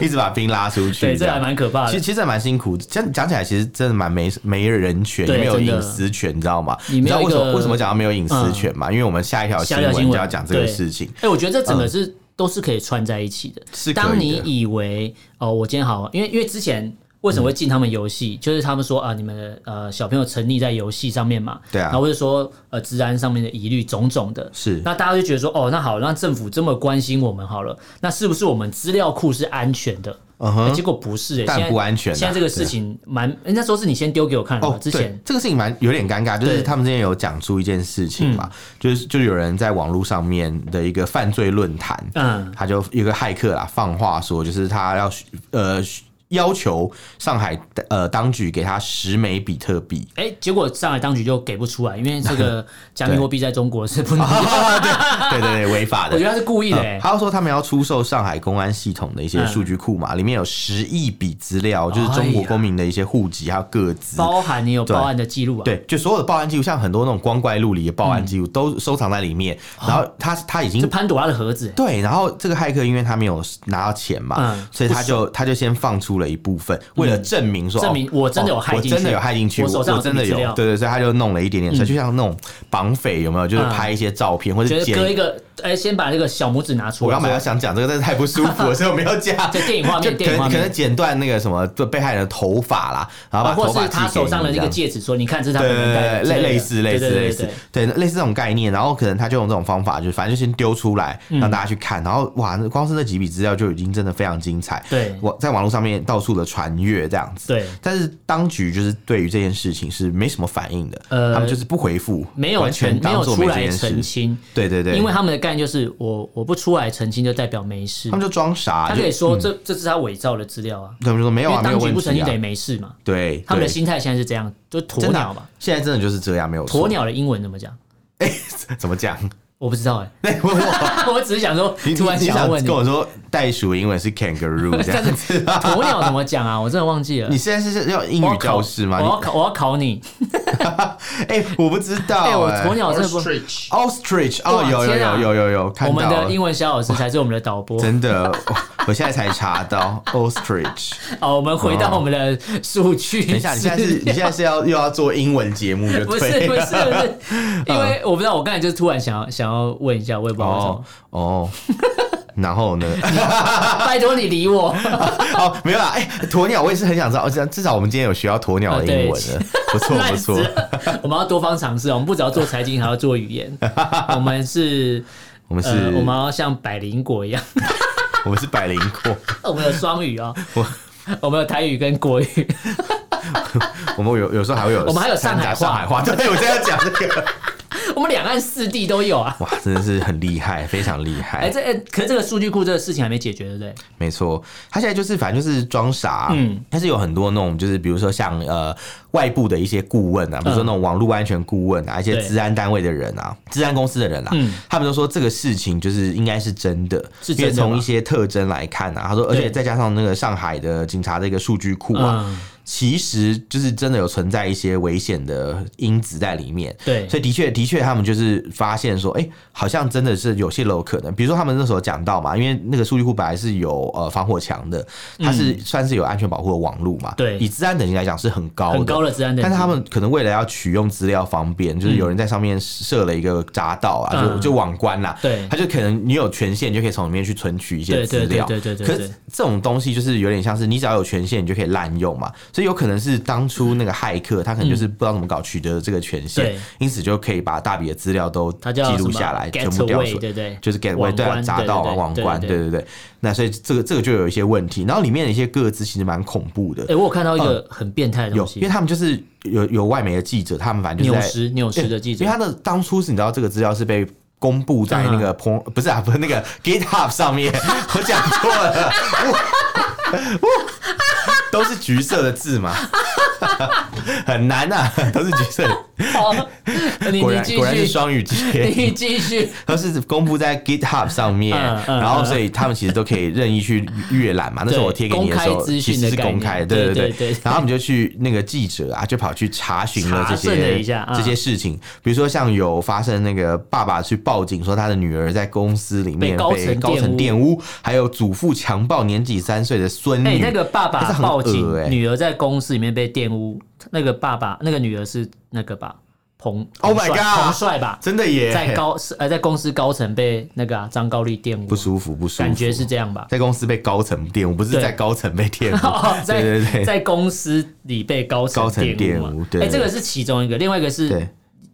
Speaker 1: 一直把兵拉出去。
Speaker 2: 对，这还
Speaker 1: 样
Speaker 2: 蛮可怕
Speaker 1: 其实
Speaker 2: 的。
Speaker 1: 其实还蛮辛苦，讲讲起来其实真的蛮没没人权，也
Speaker 2: 对
Speaker 1: 没有
Speaker 2: 真的
Speaker 1: 隐私权，你知道吗？
Speaker 2: 你没
Speaker 1: 知
Speaker 2: 有
Speaker 1: 道为什
Speaker 2: 一
Speaker 1: 么
Speaker 2: 个嗯
Speaker 1: 为什么讲到没有隐私权吗？因为我们下一条新
Speaker 2: 下一条
Speaker 1: 闻
Speaker 2: 新
Speaker 1: 就
Speaker 2: 闻
Speaker 1: 要讲这个
Speaker 2: 对
Speaker 1: 事情，
Speaker 2: 哎、我觉得这整个是、都是可以串在一起的。
Speaker 1: 嗯是可
Speaker 2: 当
Speaker 1: 以
Speaker 2: 你
Speaker 1: 的。
Speaker 2: 以为哦，我今天好，因为因为之前为什么会
Speaker 1: 嗯
Speaker 2: 进他们游戏，就是他们说啊，你们的呃小朋友沉溺在游戏上面嘛，
Speaker 1: 对啊
Speaker 2: 然后或者说呃治安上面的疑虑种种的，
Speaker 1: 是
Speaker 2: 那大家就觉得说哦，那好，那政府这么关心我们好了，那是不是我们资料库是安全的？
Speaker 1: 嗯哼
Speaker 2: 哎结果不是、欸，
Speaker 1: 但
Speaker 2: 现在
Speaker 1: 不安全啊
Speaker 2: 现在这个事情蛮，哎那时候是你先丢给我看的嘛，
Speaker 1: 哦，
Speaker 2: 之
Speaker 1: 对
Speaker 2: 前，
Speaker 1: 这个事情蛮有点尴尬，就是
Speaker 2: 对嗯
Speaker 1: 他们之前有讲出一件事情嘛，就是就有人在网络上面的一个犯罪论坛，
Speaker 2: 嗯，
Speaker 1: 他就有个骇客啦，放话说，就是他要呃要求上海呃当局给他十枚比特 币。
Speaker 2: 哎、结果上海当局就给不出来，因为 这个加密货币在中国是不能，
Speaker 1: 对对对，违法
Speaker 2: 啊我
Speaker 1: 的
Speaker 2: 觉。得他是故意的、
Speaker 1: 嗯
Speaker 2: 欸，
Speaker 1: 他又说他们要出售上海公安系统的一些
Speaker 2: 嗯
Speaker 1: 数据库嘛，里面有十亿笔资料，就是中国公民的一些户籍还有个资。
Speaker 2: 包含你有报案的记录啊，
Speaker 1: 对，就所有的报案记录，像很多那种光怪陆离的报案
Speaker 2: 嗯
Speaker 1: 记录都收藏在里面。
Speaker 2: 哦
Speaker 1: 然后他他已
Speaker 2: 是
Speaker 1: 经
Speaker 2: 潘朵拉的盒子、欸
Speaker 1: 对，然后这个骇客因为他没有拿到钱嘛，
Speaker 2: 嗯
Speaker 1: 所以他就他就先放出了一部分，为了证明说
Speaker 2: 嗯证明
Speaker 1: 哦
Speaker 2: 我真的有
Speaker 1: 哦
Speaker 2: 害进去
Speaker 1: 我真的有害进去，
Speaker 2: 我
Speaker 1: 我
Speaker 2: 手上有
Speaker 1: 真的
Speaker 2: 这笔
Speaker 1: 有
Speaker 2: 资料，
Speaker 1: 对对，所以他就弄了一点点出来，就像那种绑匪有没有，就是
Speaker 2: 嗯
Speaker 1: 拍一些照片或
Speaker 2: 觉
Speaker 1: 者
Speaker 2: 得割一
Speaker 1: 剪。
Speaker 2: 个，哎、先把这个小拇指拿出
Speaker 1: 我
Speaker 2: 来。
Speaker 1: 刚本来想讲这个，但是太不舒服 了，所以我没有讲。
Speaker 2: 在电影画面
Speaker 1: 就
Speaker 2: 电
Speaker 1: 可
Speaker 2: 影画
Speaker 1: 能
Speaker 2: 面
Speaker 1: 可能剪断那个什么被害人的头发啦，然后把
Speaker 2: 啊或
Speaker 1: 头
Speaker 2: 者
Speaker 1: 发
Speaker 2: 是
Speaker 1: 寄
Speaker 2: 他
Speaker 1: 给
Speaker 2: 手
Speaker 1: 你
Speaker 2: 上的那
Speaker 1: 这
Speaker 2: 个
Speaker 1: 样
Speaker 2: 戒指，说你看这是他
Speaker 1: 对
Speaker 2: 本人戴
Speaker 1: 对对，
Speaker 2: 的之类
Speaker 1: 类
Speaker 2: 的，
Speaker 1: 类似类似
Speaker 2: 对对对
Speaker 1: 类
Speaker 2: 对
Speaker 1: 似
Speaker 2: 对，
Speaker 1: 对类似这种概念，然后可能他就用这种方法，就反正就先丢出来让大家去看，然后哇，那光是那几笔资料就已经真的非常精彩，
Speaker 2: 对
Speaker 1: 我在网络上面到处的传阅这样子，
Speaker 2: 对
Speaker 1: 但是当局就是对于这件事情是没什么反应的，
Speaker 2: 呃
Speaker 1: 他们就是不回复，
Speaker 2: 没有
Speaker 1: 完
Speaker 2: 全
Speaker 1: 全
Speaker 2: 没
Speaker 1: 当
Speaker 2: 有
Speaker 1: 做
Speaker 2: 出
Speaker 1: 没这
Speaker 2: 来
Speaker 1: 件
Speaker 2: 澄
Speaker 1: 事，
Speaker 2: 清，
Speaker 1: 对对对，
Speaker 2: 因为他们的概念就是我我不出来澄清就代表没事
Speaker 1: 他，们就装傻，
Speaker 2: 他
Speaker 1: 就
Speaker 2: 可以说这这是他伪造的资料啊，
Speaker 1: 他们就说没有
Speaker 2: 因
Speaker 1: 啊，
Speaker 2: 为
Speaker 1: 没有
Speaker 2: 当局
Speaker 1: 问
Speaker 2: 不澄
Speaker 1: 题
Speaker 2: 清等于
Speaker 1: 啊，
Speaker 2: 没事嘛。
Speaker 1: 对，
Speaker 2: 他们的
Speaker 1: 对
Speaker 2: 心态现在是这样，就鸵
Speaker 1: 真的
Speaker 2: 鸟
Speaker 1: 啊
Speaker 2: 嘛，
Speaker 1: 现在真的就是这样，没有错
Speaker 2: 鸵鸟的英文怎么讲？
Speaker 1: 怎么讲？
Speaker 2: 我不知 道哎、
Speaker 1: 那我我
Speaker 2: 我只是想说
Speaker 1: 你，
Speaker 2: 突然
Speaker 1: 你
Speaker 2: 想要
Speaker 1: 想
Speaker 2: 问你
Speaker 1: 跟，我说袋鼠英文是 kangaroo 这样子吗？
Speaker 2: 鸵鸟怎么讲啊？我真的忘记了
Speaker 1: 你。现在是要英
Speaker 2: 我
Speaker 1: 语
Speaker 2: 要考
Speaker 1: 教室吗？
Speaker 2: 我要
Speaker 1: 你
Speaker 2: 考，我要考你。
Speaker 1: 哎、我不知道、
Speaker 2: 哎、
Speaker 1: 哎、
Speaker 2: 我鸵鸟真的不。
Speaker 3: Ostrich
Speaker 1: ostrich 哦，
Speaker 2: 哇
Speaker 1: 有有
Speaker 2: 天啊
Speaker 1: 有有有有，看
Speaker 2: 我们
Speaker 1: 到
Speaker 2: 的
Speaker 1: 了
Speaker 2: 英。文小老师才是我们的导播。
Speaker 1: 真的，我我现在才查 到 ostrich。
Speaker 2: 哦，我们回到我们的数据资
Speaker 1: 等一
Speaker 2: 料。
Speaker 1: 下，你现在 是，你现在是要又要做英文节目就
Speaker 2: 不是
Speaker 1: 对
Speaker 2: 不
Speaker 1: 了。
Speaker 2: 是 不
Speaker 1: 嗯
Speaker 2: 是，因为我不知道，我刚才就是突然想要想要问一下，我也不知道为什
Speaker 1: 哦
Speaker 2: 么。
Speaker 1: 哦，然后呢？
Speaker 2: 拜托你理我，
Speaker 1: 哦，没有啦。哎、鸵鸟我也是很想知道，哦至至少我们今天有学到鸵鸟的英文了，不错不
Speaker 2: 哦 烂死
Speaker 1: 错。
Speaker 2: 了。我们要多方尝试哦，我们不只要做财经，还要做语 言。我们是，
Speaker 1: 我们是，
Speaker 2: 呃，我们要像百灵果一样，
Speaker 1: 我们是百灵果，
Speaker 2: 我们有双语 哦，我们有台语跟国语。
Speaker 1: 我们有有时候还会有，
Speaker 2: 我们还有上海话
Speaker 1: 上海话。对，我现在要讲这个。
Speaker 2: 我们两岸四地都有啊。
Speaker 1: 哇，真的是很厉害，非常厉害。
Speaker 2: 哎、这哎、可是这个数据库这个事情还没解决，对不对？
Speaker 1: 没错，他现在就是反正就是装傻、
Speaker 2: 嗯
Speaker 1: 嗯，但是有很多那种就是比如说像呃外部的一些顾问啊，比如说那种网络安全顾问啊，一些
Speaker 2: 嗯对
Speaker 1: 治安单位的人啊，治安公司的人啊，
Speaker 2: 嗯
Speaker 1: 他们都说这个事情就是应该是真的，
Speaker 2: 是
Speaker 1: 因为
Speaker 2: 真的吗
Speaker 1: 从一些特征来看啊，他说，而且
Speaker 2: 对
Speaker 1: 再加上那个上海的警察的一个数据库啊。
Speaker 2: 嗯，
Speaker 1: 其实就是真的有存在一些危险的因子在里面，
Speaker 2: 对，
Speaker 1: 所以的确，的确，他们就是发现说，哎、好像真的是有些楼可能，比如说他们那时候讲到嘛，因为那个数据库本来是有呃防火墙的，它是算是有安全保护的网路嘛，
Speaker 2: 嗯对
Speaker 1: 以治安等级来讲是很高的，
Speaker 2: 很高的治安等级，
Speaker 1: 但是他们可能为了要取用资料方便，就是有人在上面设了一个闸道啊，
Speaker 2: 嗯
Speaker 1: 就就网关啦、
Speaker 2: 对
Speaker 1: 他就可能你有权限，你就可以从里面去存取一些
Speaker 2: 对
Speaker 1: 资
Speaker 2: 对对
Speaker 1: 料。
Speaker 2: 对对对
Speaker 1: 可
Speaker 2: 对
Speaker 1: 是这种东西就是有点像是你只要有权限，你就可以滥用嘛。所以有可能是当初那个骇客他可能就是不知道怎么搞取得这个权限，
Speaker 2: 嗯对
Speaker 1: 因此就可以把大笔的资料都
Speaker 2: 它叫
Speaker 1: 记录
Speaker 2: 什么
Speaker 1: 下来，全部调
Speaker 2: Getaway，
Speaker 1: 出来。
Speaker 2: 对对，
Speaker 1: 就是 gateway
Speaker 2: 网
Speaker 1: 对啊，
Speaker 2: 关
Speaker 1: 闸
Speaker 2: 对
Speaker 1: 道啊，
Speaker 2: 对对
Speaker 1: 网
Speaker 2: 对
Speaker 1: 关，
Speaker 2: 对
Speaker 1: 对对对。那所以这个这个就有一些问题，然后里面的一些个资其实蛮恐怖的
Speaker 2: 哎、，我有看到一个很变态的
Speaker 1: 嗯有
Speaker 2: 东，
Speaker 1: 因为
Speaker 2: 西，
Speaker 1: 他们就是有有外媒的记者，他们反正就
Speaker 2: 纽
Speaker 1: 是在
Speaker 2: 时纽时的记者
Speaker 1: 因为，他的当初是你知道这个资料是被。公布在那
Speaker 2: 嗯
Speaker 1: 个 p o 不是啊，不是那个 GitHub 上面， 我讲错了，呜呜都是橘色的字嘛， 很难啊，都是橘色的，
Speaker 2: 好， 哦你
Speaker 1: 果
Speaker 2: 你
Speaker 1: 然
Speaker 2: 继
Speaker 1: 果然是
Speaker 2: 续，
Speaker 1: 双语
Speaker 2: 你
Speaker 1: 节，
Speaker 2: 继续，
Speaker 1: 都是公布在 GitHub 上面
Speaker 2: 嗯，嗯
Speaker 1: 然后所以他们其实都可以任意去阅览嘛。那时候我贴给你的时
Speaker 2: 公
Speaker 1: 候，
Speaker 2: 开资
Speaker 1: 其
Speaker 2: 讯
Speaker 1: 实
Speaker 2: 的
Speaker 1: 是
Speaker 2: 概念
Speaker 1: 公开的，
Speaker 2: 对
Speaker 1: 对
Speaker 2: 对
Speaker 1: 对
Speaker 2: 对
Speaker 1: 然后我们就去那个记者啊，就跑去查询了这
Speaker 2: 查证了
Speaker 1: 些
Speaker 2: 一下嗯
Speaker 1: 这些事情，比如说像有发生那个爸爸去报警说他的女儿在公司里面
Speaker 2: 被高
Speaker 1: 被
Speaker 2: 层
Speaker 1: 高层
Speaker 2: 玷
Speaker 1: 玷污，还有祖父强暴年仅三岁的孙
Speaker 2: 哎、
Speaker 1: 女
Speaker 2: 那。个爸
Speaker 1: 但
Speaker 2: 爸
Speaker 1: 是嗯很
Speaker 2: 报警，
Speaker 1: 恶欸
Speaker 2: 女儿在公司里面被玷污，那个爸爸那个女儿是那个吧，彭
Speaker 1: Oh
Speaker 2: 彭帅
Speaker 1: my god
Speaker 2: 彭帅吧，
Speaker 1: 真的耶，
Speaker 2: 在高呃在公司高层被那个啊张、高丽玷污，
Speaker 1: 不舒服，不舒服，
Speaker 2: 感觉是这样吧？
Speaker 1: 在公司被高层玷污，不是
Speaker 2: 对。
Speaker 1: 在高层被玷污
Speaker 2: 在
Speaker 1: 对对对，
Speaker 2: 在公司里被高层
Speaker 1: 高层
Speaker 2: 玷
Speaker 1: 玷
Speaker 2: 嘛
Speaker 1: 污对
Speaker 2: 哎、
Speaker 1: 对
Speaker 2: 这个是其中一个，另外一个是
Speaker 1: 对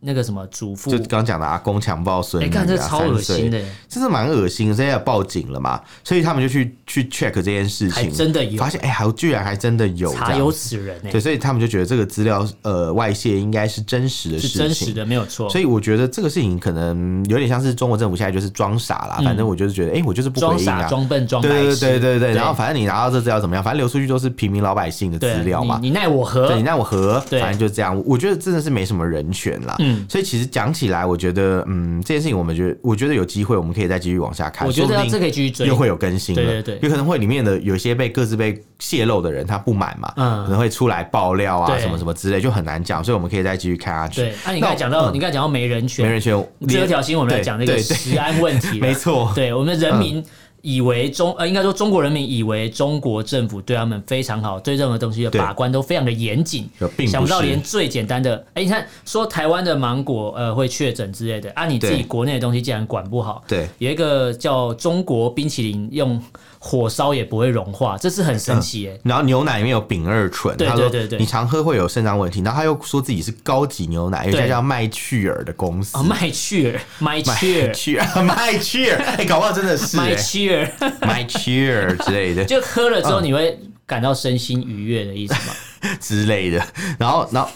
Speaker 2: 那个什么祖父
Speaker 1: 就，刚讲的阿公强暴孙
Speaker 2: 哎、
Speaker 1: 女、啊，
Speaker 2: 看这超恶心
Speaker 1: 三
Speaker 2: 的
Speaker 1: 岁，，这是蛮恶心的，所以要报警了嘛，所以他们就去去 check 这件事
Speaker 2: 还
Speaker 1: 情，
Speaker 2: 真的有
Speaker 1: 发现哎、还居然还真的有
Speaker 2: 查
Speaker 1: 这样
Speaker 2: 有此人哎、
Speaker 1: 对，所以他们就觉得这个资料呃外泄应该是真实的事
Speaker 2: 是
Speaker 1: 情，
Speaker 2: 真实的，哦没有错。
Speaker 1: 所以我觉得这个事情可能有点像是中国政府现在就是装傻啦，反正我就是觉得，哎、我就是不
Speaker 2: 嗯装
Speaker 1: 回应
Speaker 2: 傻、
Speaker 1: 啊。
Speaker 2: 装笨、装白
Speaker 1: 对对
Speaker 2: 痴，
Speaker 1: 对对对，然后反正你拿到这资料怎么样？反正流出去都是平民老百姓的
Speaker 2: 对
Speaker 1: 资料嘛，
Speaker 2: 你你奈我何？
Speaker 1: 对，你让我和，
Speaker 2: 对
Speaker 1: 反正就这样。我觉得真的是没什么人权啦。
Speaker 2: 嗯
Speaker 1: 所以其实讲起来，我觉得，嗯，这件事情，我们觉得，我觉得有机会，我们可以再继续往下看。
Speaker 2: 我觉
Speaker 1: 说
Speaker 2: 得
Speaker 1: 不
Speaker 2: 这
Speaker 1: 定
Speaker 2: 可以继续追，
Speaker 1: 又会有更新了，
Speaker 2: 对对对
Speaker 1: 有可能会里面的有一些被各自被泄露的人，他不满嘛，
Speaker 2: 嗯
Speaker 1: 可能会出来爆料啊，
Speaker 2: 对
Speaker 1: 什么什么之类，就很难讲，所以我们可以再继续看下去嗯
Speaker 2: 对。，啊，你刚才讲到，你刚才讲到没人权，
Speaker 1: 没人权，
Speaker 2: 第二
Speaker 1: 连
Speaker 2: 条新闻我们来讲那个
Speaker 1: 对对对
Speaker 2: 食安问 题了，
Speaker 1: 没错，
Speaker 2: 对，我们人民以为中呃，应该说中国人民以为中国政府对他们非常好，对任何东西的
Speaker 1: 对
Speaker 2: 把关都非常的严谨
Speaker 1: 呃并，不
Speaker 2: 想不到
Speaker 1: 是
Speaker 2: 连最简单的，哎，你看说台湾的芒果呃会确诊之类的，啊，你自己
Speaker 1: 对
Speaker 2: 国内的东西竟然管不好，
Speaker 1: 对
Speaker 2: 有一个叫中国冰淇淋用火烧也不会融化，这是很神奇耶。
Speaker 1: 然后牛奶里面有丙二醇，
Speaker 2: 对
Speaker 1: 他说
Speaker 2: 对对对
Speaker 1: 你常喝会有肾脏问题，然后他又说自己是高级牛奶，有一家
Speaker 2: 对
Speaker 1: 叫麦趣尔的公司
Speaker 2: 啊，，麦趣尔，麦趣尔，
Speaker 1: 去麦 cheer，哎， 搞不好真的是嗯
Speaker 2: 麦
Speaker 1: 哎
Speaker 2: 趣尔，
Speaker 1: my cheer 之类 的
Speaker 2: 就喝了之后你会感到身心愉悦的意思 吗？
Speaker 1: 之类的，然后 然后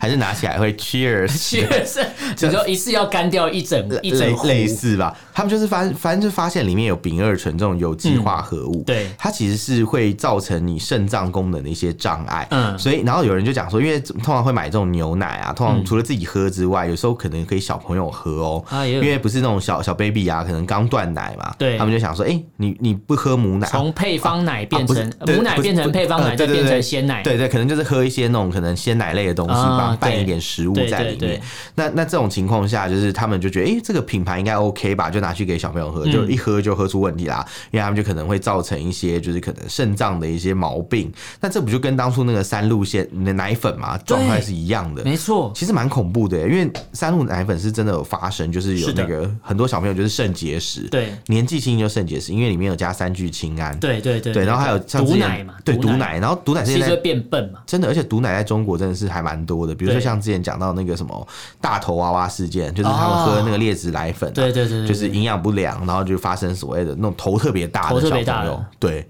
Speaker 1: 还是拿起来会 cheer，
Speaker 2: 确实，你说一次要干掉一整一整
Speaker 1: 类
Speaker 2: 壶
Speaker 1: 类似吧，他们就是发反正就发现里面有丙二醇这种有机化合物，
Speaker 2: 对
Speaker 1: 它其实是会造成你肾脏功能的一些障碍，
Speaker 2: 嗯
Speaker 1: 所以然后有人就讲说，因为通常会买这种牛奶啊，通常除了自己喝之外，有时候可能可以小朋友喝哦，
Speaker 2: 哎
Speaker 1: 因
Speaker 2: 呦
Speaker 1: 为不是那种小小 baby 啊，可能刚断奶嘛，
Speaker 2: 对
Speaker 1: 他们就想说，哎，你你不喝母奶，
Speaker 2: 从配方奶变
Speaker 1: 啊不是
Speaker 2: 成
Speaker 1: 对
Speaker 2: 母奶
Speaker 1: 不是
Speaker 2: 变成
Speaker 1: 不
Speaker 2: 配方奶，
Speaker 1: 呃对
Speaker 2: 再
Speaker 1: 对
Speaker 2: 变
Speaker 1: 对
Speaker 2: 成鲜奶。
Speaker 1: 对对，可能就是喝一些那种可能鲜奶类的东西，
Speaker 2: 哎啊
Speaker 1: 帮它拌
Speaker 2: 对
Speaker 1: 一点食物
Speaker 2: 对
Speaker 1: 在
Speaker 2: 对
Speaker 1: 里
Speaker 2: 对
Speaker 1: 面。那那这种情况下，就是他们就觉得，诶，这个品牌应该 OK 吧，就拿去给小朋友喝，
Speaker 2: 嗯
Speaker 1: 就一喝就喝出问题啦，因为他们就可能会造成一些就是可能肾脏的一些毛病。那这不就跟当初那个三鹿鲜奶粉嘛状态是一样的？
Speaker 2: 没错，
Speaker 1: 其实蛮恐怖的耶，因为三鹿奶粉是真的有发生，就是有
Speaker 2: 是的
Speaker 1: 那个很多小朋友就是肾结石，
Speaker 2: 对
Speaker 1: 年纪轻就肾结石，因为里面有加三聚氰胺，
Speaker 2: 对对对
Speaker 1: 对，然后还有像之前
Speaker 2: 毒奶嘛，
Speaker 1: 对毒，奶，然后毒奶这
Speaker 2: 其
Speaker 1: 些
Speaker 2: 实
Speaker 1: 在
Speaker 2: 会变笨嘛。
Speaker 1: 真的，而且毒奶在中国真的是还蛮多的，比如说
Speaker 2: 对
Speaker 1: 像之前讲到那个什么大头娃娃事件，就是他们喝那个劣质奶粉、啊
Speaker 2: 对对对对对
Speaker 1: 就是营养不良，然后就发生所谓的那种头特别大
Speaker 2: 头
Speaker 1: 的
Speaker 2: 特
Speaker 1: 小
Speaker 2: 别大
Speaker 1: 朋友
Speaker 2: 的，
Speaker 1: 对，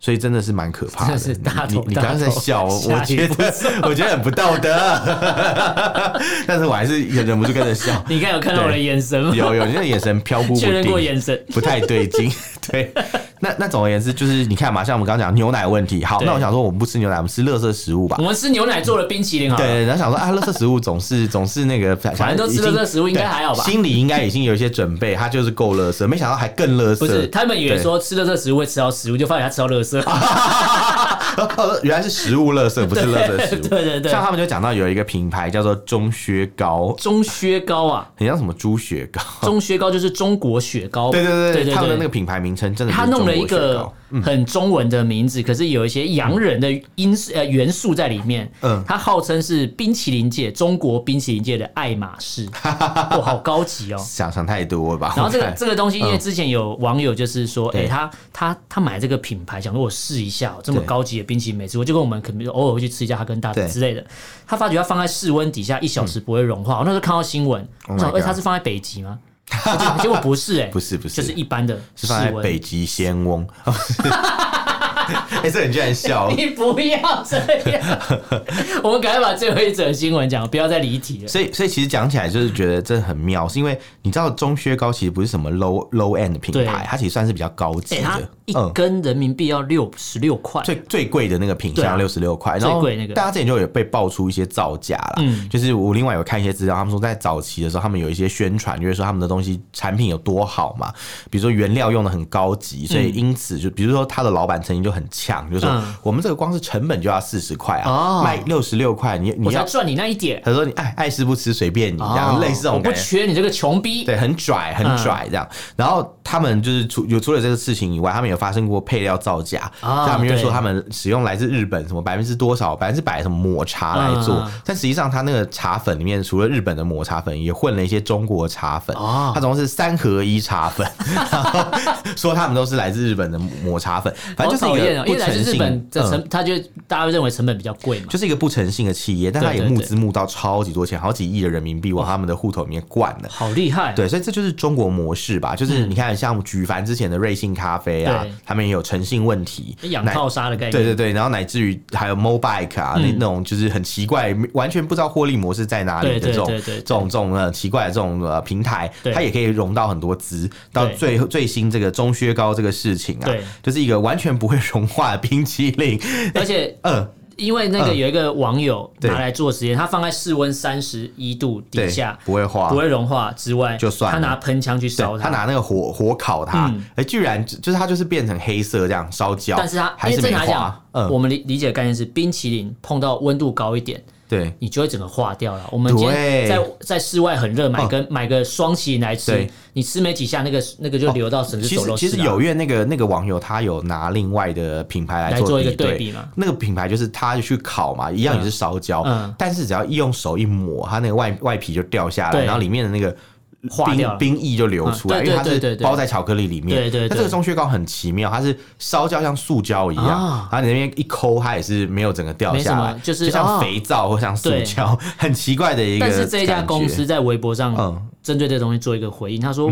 Speaker 1: 所以真的是蛮可怕的。
Speaker 2: 真的是大
Speaker 1: 你
Speaker 2: 头
Speaker 1: 你你
Speaker 2: 大
Speaker 1: 刚刚在
Speaker 2: 头
Speaker 1: 笑，我我
Speaker 2: 下一
Speaker 1: 觉
Speaker 2: 步
Speaker 1: 得 我觉得很不道德， 但是我还是忍不住跟着笑。
Speaker 2: 你刚有看到我的眼神吗？
Speaker 1: 有有，你那个眼神飘忽不
Speaker 2: 确认过
Speaker 1: 定，
Speaker 2: 眼神，
Speaker 1: 不太对劲。对，那那总而言之，就是你看嘛，像我们刚刚讲牛奶问题，好，
Speaker 2: 对
Speaker 1: 那我想说，我们不吃牛奶，我们吃垃圾食物吧
Speaker 2: 我。们吃牛奶做的冰淇淋好了，
Speaker 1: 对，然后想说啊，垃圾食物总是 总是那个，反
Speaker 2: 反正都吃垃圾食物应该还好吧
Speaker 1: 心里应该已经有一些准备，他就是够垃圾，没想到还更垃圾。
Speaker 2: 不是，他们以为说吃了这食物会吃到食物，就发现他吃到垃圾。
Speaker 1: 哦， 原来是食物垃圾，啊不是垃圾食物。
Speaker 2: 对对对
Speaker 1: 像他们就讲到有一个品牌叫做中靴膏，
Speaker 2: 中靴膏啊，
Speaker 1: 很像什么猪血糕。
Speaker 2: 中靴膏就是中国雪糕。
Speaker 1: 对对
Speaker 2: 对
Speaker 1: 对，他们的那
Speaker 2: 对
Speaker 1: 个品牌名称真的嗯
Speaker 2: 他
Speaker 1: 就是
Speaker 2: 弄了一
Speaker 1: 中国雪
Speaker 2: 个
Speaker 1: 糕
Speaker 2: 很中文的名字，可是有一些洋人的因素呃元素在里面。
Speaker 1: 嗯
Speaker 2: 他号称是冰淇淋界中国冰淇淋界的爱马 仕，哇，好高级哦。
Speaker 1: 想想太多了吧？
Speaker 2: 然后这
Speaker 1: 我
Speaker 2: 个
Speaker 1: 看嗯
Speaker 2: 这个东西，因为之前有网友就是说，哎、
Speaker 1: 对
Speaker 2: 他他他买这个品牌，想说我试一下、哦，这么
Speaker 1: 对
Speaker 2: 高级的冰淇淋美食，我就跟我们可能偶尔会去吃一下哈根达斯
Speaker 1: 对
Speaker 2: 之类的。他发觉他放在室温底下一小时不会融化，我那时候看到新闻，
Speaker 1: 嗯
Speaker 2: 我
Speaker 1: Oh
Speaker 2: 想
Speaker 1: my
Speaker 2: 说，哎、
Speaker 1: God
Speaker 2: 他是放在北 极吗？结果不是、哎，
Speaker 1: 不是不是
Speaker 2: 就是一般的
Speaker 1: 是
Speaker 2: 室
Speaker 1: 放在
Speaker 2: 温。
Speaker 1: 北极仙翁。 哎、这你居然笑！
Speaker 2: 你不要这样，我们赶快把最后一则新闻讲，不要再离题了。
Speaker 1: 所以，所以其实讲起来就是觉得这很妙，是因为你知道中靴高其实不是什么 low low end 的品牌
Speaker 2: 对，
Speaker 1: 它其实算是比较高级
Speaker 2: 哎、
Speaker 1: 的。
Speaker 2: 他一
Speaker 1: 嗯，
Speaker 2: 根人民币要六十六块，
Speaker 1: 最最贵的那个品
Speaker 2: 对啊
Speaker 1: 相六十六块，然后
Speaker 2: 最贵那个
Speaker 1: 大家之前就有被爆出一些造假啦。
Speaker 2: 嗯
Speaker 1: 就是我另外有看一些资料，他们说在早期的时候，他们有一些宣传，就是说他们的东西产品有多好嘛，比如说原料用的很高级，所以因此就比如说他的老板曾经就很呛，就说
Speaker 2: 嗯
Speaker 1: 我们这个光是成本就要四十块
Speaker 2: 哦
Speaker 1: 啊，卖六十六块，你
Speaker 2: 我
Speaker 1: 你
Speaker 2: 才
Speaker 1: 要
Speaker 2: 赚你那一点。
Speaker 1: 他说你哎爱爱吃不吃随便你，这样
Speaker 2: 哦
Speaker 1: 类似这种
Speaker 2: 我不
Speaker 1: 感觉。
Speaker 2: 缺你这个穷逼。
Speaker 1: 对，很拽，
Speaker 2: 嗯
Speaker 1: 很拽这样。然后他们就是除有除了这个事情以外，他们有发生过配料造假，
Speaker 2: 啊
Speaker 1: 像他们就
Speaker 2: 对
Speaker 1: 说他们使用来自日本什么百分之多少百分之百什么抹茶来做，
Speaker 2: 嗯
Speaker 1: 但实际上他那个茶粉里面除了日本的抹茶粉，也混了一些中国茶粉，
Speaker 2: 哦
Speaker 1: 它总共是三合一茶 粉，然后说他们都是来自日本的抹茶粉，反正就是
Speaker 2: 好
Speaker 1: 一
Speaker 2: 讨厌
Speaker 1: 个
Speaker 2: 哦，
Speaker 1: 不
Speaker 2: 因为来
Speaker 1: 诚
Speaker 2: 自日
Speaker 1: 信。
Speaker 2: 本的
Speaker 1: 嗯
Speaker 2: 成，他就大家会认为成本比较贵嘛。
Speaker 1: 就是一个不诚信的企业，但他
Speaker 2: 对
Speaker 1: 也
Speaker 2: 对
Speaker 1: 募
Speaker 2: 对哦
Speaker 1: 资募到超级多钱，好几亿的人民币往他们的户头里面灌的。
Speaker 2: 好厉害、，啊
Speaker 1: 对，所以这就是中国模式吧。就是你看，像举凡之前的瑞幸咖啡啊
Speaker 2: 嗯对，
Speaker 1: 他们也有诚信问题，
Speaker 2: 养
Speaker 1: 乃
Speaker 2: 套杀的概念。嗯
Speaker 1: 对对对，然后乃至于还有 Mobike 啊，那那种就是很奇怪，完全不知道获利模式在哪里
Speaker 2: 对
Speaker 1: 的
Speaker 2: 对
Speaker 1: 这种
Speaker 2: 对对对
Speaker 1: 这种这种呃奇怪的这种呃平台
Speaker 2: 对，
Speaker 1: 它也可以融到很多资。到
Speaker 2: 对
Speaker 1: 最最新这个中靴高这个事情啊
Speaker 2: 对，
Speaker 1: 就是一个完全不会融化的冰淇淋，
Speaker 2: 而且
Speaker 1: 嗯，
Speaker 2: 因为那个有一个网友
Speaker 1: 对
Speaker 2: 拿来做实验，他放在室温三十一度底
Speaker 1: 对
Speaker 2: 下，
Speaker 1: 不会化，
Speaker 2: 不会融化之外，
Speaker 1: 就算
Speaker 2: 他
Speaker 1: 了
Speaker 2: 拿喷枪去烧
Speaker 1: 对，他
Speaker 2: 它。
Speaker 1: 拿那个火火烤它，哎、
Speaker 2: 嗯
Speaker 1: 居然就是它就是变成黑色这样烧焦，
Speaker 2: 但是它
Speaker 1: 还
Speaker 2: 因为
Speaker 1: 是
Speaker 2: 正
Speaker 1: 没
Speaker 2: 常来
Speaker 1: 化
Speaker 2: 讲，，我
Speaker 1: 嗯，
Speaker 2: 们理理解的概念是冰淇淋碰到温度高一点，
Speaker 1: 对。
Speaker 2: 你就会整个化掉了。我们今天
Speaker 1: 对
Speaker 2: 在在室外很热，买
Speaker 1: 哦
Speaker 2: 根、买个双淇淋来吃
Speaker 1: 对，
Speaker 2: 你吃没几下，那个那个就流到整个
Speaker 1: 其
Speaker 2: 手
Speaker 1: 实
Speaker 2: 都
Speaker 1: 其
Speaker 2: 是啊
Speaker 1: 实
Speaker 2: 了。
Speaker 1: 有月那个那个网友他有拿另外的品牌来
Speaker 2: 来做一个
Speaker 1: 比对
Speaker 2: 对比嘛
Speaker 1: 那个品牌就是他去烤嘛，一样也是烧焦，
Speaker 2: 嗯嗯
Speaker 1: 但是只要一用手一抹，它那个外外皮就掉下
Speaker 2: 对
Speaker 1: 来，然后里面的那个。
Speaker 2: 化掉了
Speaker 1: 冰冰液就流出来，
Speaker 2: 嗯对
Speaker 1: 因为它
Speaker 2: 对
Speaker 1: 是
Speaker 2: 对对对
Speaker 1: 包在巧克力里面。
Speaker 2: 对对对
Speaker 1: 但这个中雪糕很奇妙，它是烧焦像塑胶一样，
Speaker 2: 啊
Speaker 1: 然后你那边一抠，它也是没有整个掉下
Speaker 2: 没
Speaker 1: 来
Speaker 2: 什么，就是哦
Speaker 1: 像肥皂或像塑胶，很奇怪的一个
Speaker 2: 但
Speaker 1: 感觉。
Speaker 2: 是这一家公司在微博上
Speaker 1: 嗯
Speaker 2: 针对这东西做一个回应，他说。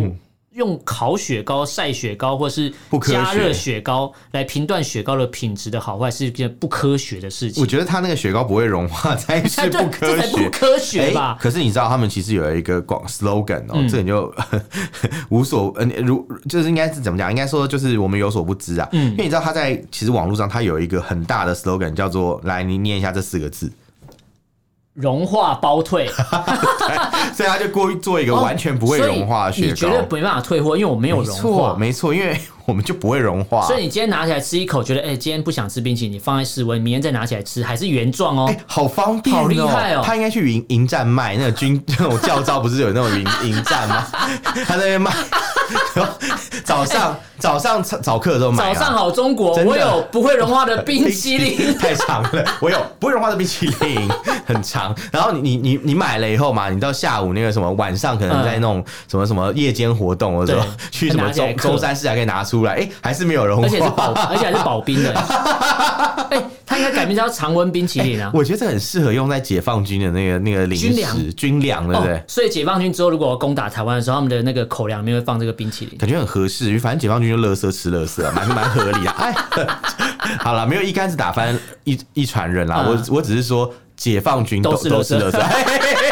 Speaker 2: 用烤雪糕、晒雪糕，或是
Speaker 1: 不科学
Speaker 2: 加热雪糕来评断雪糕的品质的好坏，是一件不科学的事情
Speaker 1: 我。觉得它那个雪糕不会融化， 才是
Speaker 2: 这
Speaker 1: 不科
Speaker 2: 这才
Speaker 1: 学。
Speaker 2: 不科学吧？
Speaker 1: 哎
Speaker 2: 嗯
Speaker 1: 可是你知道他们其实有一个广 slogan 哦，这个你就 无所嗯，如就是应该是怎么讲？应该说就是我们有所不知啊。
Speaker 2: 嗯
Speaker 1: 因为你知道他在其实网络上他有一个很大的 slogan 叫做“来，你念一下这四个 字
Speaker 2: 融化包退，”，
Speaker 1: 所以他就故意做一个完全不会融化的
Speaker 2: 哦所
Speaker 1: 雪
Speaker 2: 以你绝
Speaker 1: 糕。
Speaker 2: 对没办法退货，因为我没有
Speaker 1: 没
Speaker 2: 融
Speaker 1: 错，
Speaker 2: 化。
Speaker 1: 没错，因为我们就不会融化。
Speaker 2: 啊所以你今天拿起来吃一口，觉得哎、今天不想吃冰淇淋，你放在室温，明天再拿起来吃，还是原状哦。
Speaker 1: 哎、好方便、哦，
Speaker 2: 好厉害哦
Speaker 1: 他应该去营营站卖那个军 那种教招，不是有那种 营营站吗？他在那边卖， 然后早上、早上早课的时候买、
Speaker 2: 早
Speaker 1: 啊，
Speaker 2: 上好，中国，
Speaker 1: 真的哎
Speaker 2: 我有不会融化的冰 淇淋。
Speaker 1: 太长了，我有不会融化的冰淇淋， 很长。然后你你你你买了以后嘛，你到下午那个什么晚上可能在那种什么什么夜间活动的时候
Speaker 2: 对，
Speaker 1: 去什么
Speaker 2: 拿起来
Speaker 1: 中
Speaker 2: 嗑
Speaker 1: 中山市还可以拿出来，哎、还是没有融化，
Speaker 2: 而且是保，而且还是 保冰的。哎、他应该改名叫常温冰淇淋啊。
Speaker 1: 我觉得这很适合用在解放军的那个那个零食
Speaker 2: 军粮
Speaker 1: 军粮对不对？
Speaker 2: 哦，所以解放军之后，如果攻打台湾的时候，他们的那个口粮里面会放这个冰淇 淋。
Speaker 1: 感觉很合适，因为反正解放军就乐色吃乐色，蛮蛮合理的。哎，好了，没有一竿子打翻一一船人啦。
Speaker 2: 嗯
Speaker 1: 我我只是说，解放军
Speaker 2: 都
Speaker 1: 都
Speaker 2: 是
Speaker 1: 都
Speaker 2: 垃圾
Speaker 1: 是 垃圾，嘿嘿嘿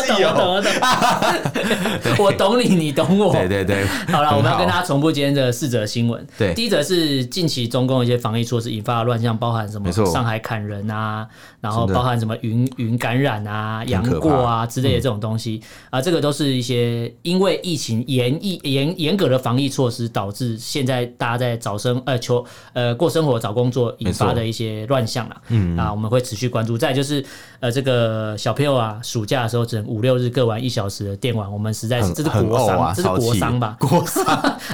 Speaker 1: 还
Speaker 2: 懂，
Speaker 1: 是
Speaker 2: 我懂，
Speaker 1: 有。
Speaker 2: 我 懂，我懂你，你懂我。
Speaker 1: 对对 对，
Speaker 2: 好了，我们要跟
Speaker 1: 很
Speaker 2: 大家重复今天的四则新闻。
Speaker 1: 对
Speaker 2: 第一则是近期中共一些防疫措施引发的乱象，包含什么
Speaker 1: 没错
Speaker 2: 上海砍人啊，然后
Speaker 1: 真的
Speaker 2: 包含什么云云感染啊、杨
Speaker 1: 可怕嗯
Speaker 2: 过啊之类的这种东西啊，这个都是一些因为疫情严疫严严格的防疫措施导致现在大家在找生呃求呃过生活找工作引发
Speaker 1: 没错
Speaker 2: 的一些乱象啦。嗯啊，我们会持续关注。再来就是呃这个小朋友啊，暑假的时候只能五六日各玩一小时的电玩，我们实在是这是
Speaker 1: 很
Speaker 2: 国
Speaker 1: 呕
Speaker 2: 殇，
Speaker 1: 啊，
Speaker 2: 这是
Speaker 1: 骚
Speaker 2: 国
Speaker 1: 气
Speaker 2: 殇吧？
Speaker 1: 国 殇，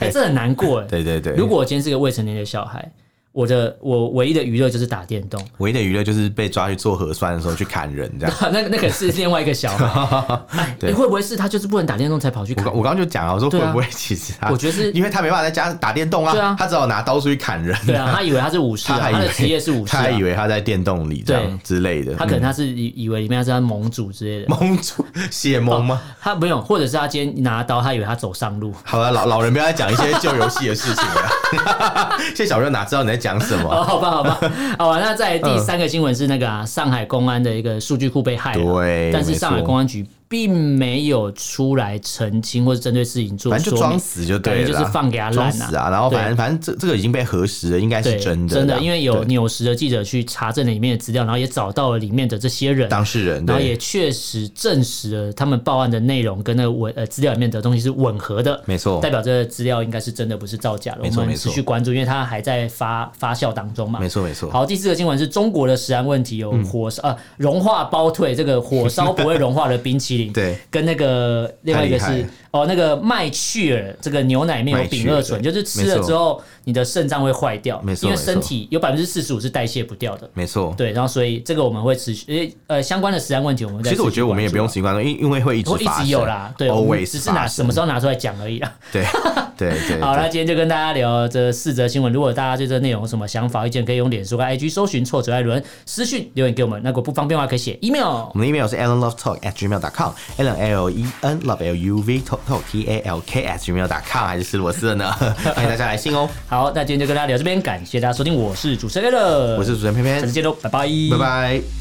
Speaker 2: 哎、这很难过哎。
Speaker 1: 对对对。
Speaker 2: 如果我今天是个未成年的小孩，我的我唯一的娱乐就是打电 动，
Speaker 1: 唯一的娱乐就是被抓去做核酸的时候去砍人这样。
Speaker 2: 那那个是另外一个小孩。 哎、
Speaker 1: 对
Speaker 2: 哎会不会是他就是不能打电动才跑去
Speaker 1: 我
Speaker 2: 砍
Speaker 1: 刚？我刚刚就讲了，我说会
Speaker 2: 对啊
Speaker 1: 不会其实他，
Speaker 2: 我觉得是
Speaker 1: 因为他没办法在家打电动
Speaker 2: 对啊
Speaker 1: 啊，他只好拿刀出去砍人。
Speaker 2: 对啊，他以为他是武士、
Speaker 1: 他
Speaker 2: 啊，
Speaker 1: 还以
Speaker 2: 他
Speaker 1: 为
Speaker 2: 的职业是武士、
Speaker 1: 他
Speaker 2: 啊
Speaker 1: 还，以为他在电动里这
Speaker 2: 对
Speaker 1: 样之类的。
Speaker 2: 他可能
Speaker 1: 嗯
Speaker 2: 他是以以为里面他是他盟主之类的。
Speaker 1: 蒙住血蒙吗？
Speaker 2: 他没有，或者是他今天拿刀，他以为他走上路。
Speaker 1: 好了，老老人不要再讲一些旧游戏的事情了。 现在小朋友哪知道你在讲什
Speaker 2: 哦，
Speaker 1: 么？啊
Speaker 2: 好吧，好吧，好吧。那在第
Speaker 1: 嗯
Speaker 2: 三个新闻是那个啊，上海公安的一个数据库被害了，
Speaker 1: 对
Speaker 2: 但是
Speaker 1: 没
Speaker 2: 上海
Speaker 1: 错
Speaker 2: 公安局并没有出来澄清或者针对事情做
Speaker 1: 反正就
Speaker 2: 说明
Speaker 1: 装。死就对
Speaker 2: 感
Speaker 1: 了
Speaker 2: 觉
Speaker 1: 啦，
Speaker 2: 就是放给他烂啊
Speaker 1: 装死啊！然后反正反正这这个已经被核实了，应该
Speaker 2: 对，
Speaker 1: 是真的啦，
Speaker 2: 真的，因为有
Speaker 1: 对
Speaker 2: 纽时的记者去查证了里面的资料，然后也找到了里面的这些人，
Speaker 1: 当事人
Speaker 2: 然后也
Speaker 1: 对，
Speaker 2: 确实证实了他们报案的内容跟那个文呃资料里面的东西是吻合的，
Speaker 1: 没错
Speaker 2: 代表这个资料应该是真的，不是造假的。
Speaker 1: 没
Speaker 2: 我
Speaker 1: 错
Speaker 2: 们
Speaker 1: 没
Speaker 2: 持
Speaker 1: 错
Speaker 2: 续关注，因为它还在发发酵当中嘛。
Speaker 1: 没错没错。
Speaker 2: 好，第四个新闻是中国的食安问题，有火 烧、呃融化包退，这个火烧不会融化的冰淇淋，
Speaker 1: 对，
Speaker 2: 跟那个另外一个
Speaker 1: 太厉
Speaker 2: 是
Speaker 1: 害
Speaker 2: 哦那个麦趣尔这个牛奶面有
Speaker 1: 麦趣
Speaker 2: 丙
Speaker 1: 尔
Speaker 2: 二醇，就
Speaker 1: 对
Speaker 2: 是吃了
Speaker 1: 没错
Speaker 2: 之后你的肾脏会坏掉，
Speaker 1: 没错
Speaker 2: 因为
Speaker 1: 没
Speaker 2: 身
Speaker 1: 错
Speaker 2: 体有百分之四十五是代谢不掉的。
Speaker 1: 没错，
Speaker 2: 对，然后所以这个我们会持续，呃呃，相关的食安问题我们再
Speaker 1: 其实我
Speaker 2: 持续
Speaker 1: 觉得我们也不用
Speaker 2: 关
Speaker 1: 习惯了，因因为会一直
Speaker 2: 注啊，我
Speaker 1: 发
Speaker 2: 一
Speaker 1: 生
Speaker 2: 直有啦，对，我们
Speaker 1: ，always
Speaker 2: 只是拿
Speaker 1: 发
Speaker 2: 什么时候拿出来讲而已啦。
Speaker 1: 对对对。
Speaker 2: 好，
Speaker 1: 对
Speaker 2: 那今天就跟大家聊这四则新闻。如果大家对这内容有什么想法、意见，可以用脸书跟 IG 搜寻“错嘴艾伦”私讯留言给我们。那如果不方便的话，可以写 email。
Speaker 1: 我们的 email 是 allenlovetalk at gmail.com，allen l e n love l u v talk talk t a l k at gmail.com 还是斯罗斯的呢？ 欢迎大家来信哦！
Speaker 2: 好，那今天就跟大家聊这边，感谢大家收听，我是主持人艾伦，
Speaker 1: 我是主持人偏
Speaker 2: 下次
Speaker 1: 偏，
Speaker 2: 见喽，拜拜，
Speaker 1: 拜。拜。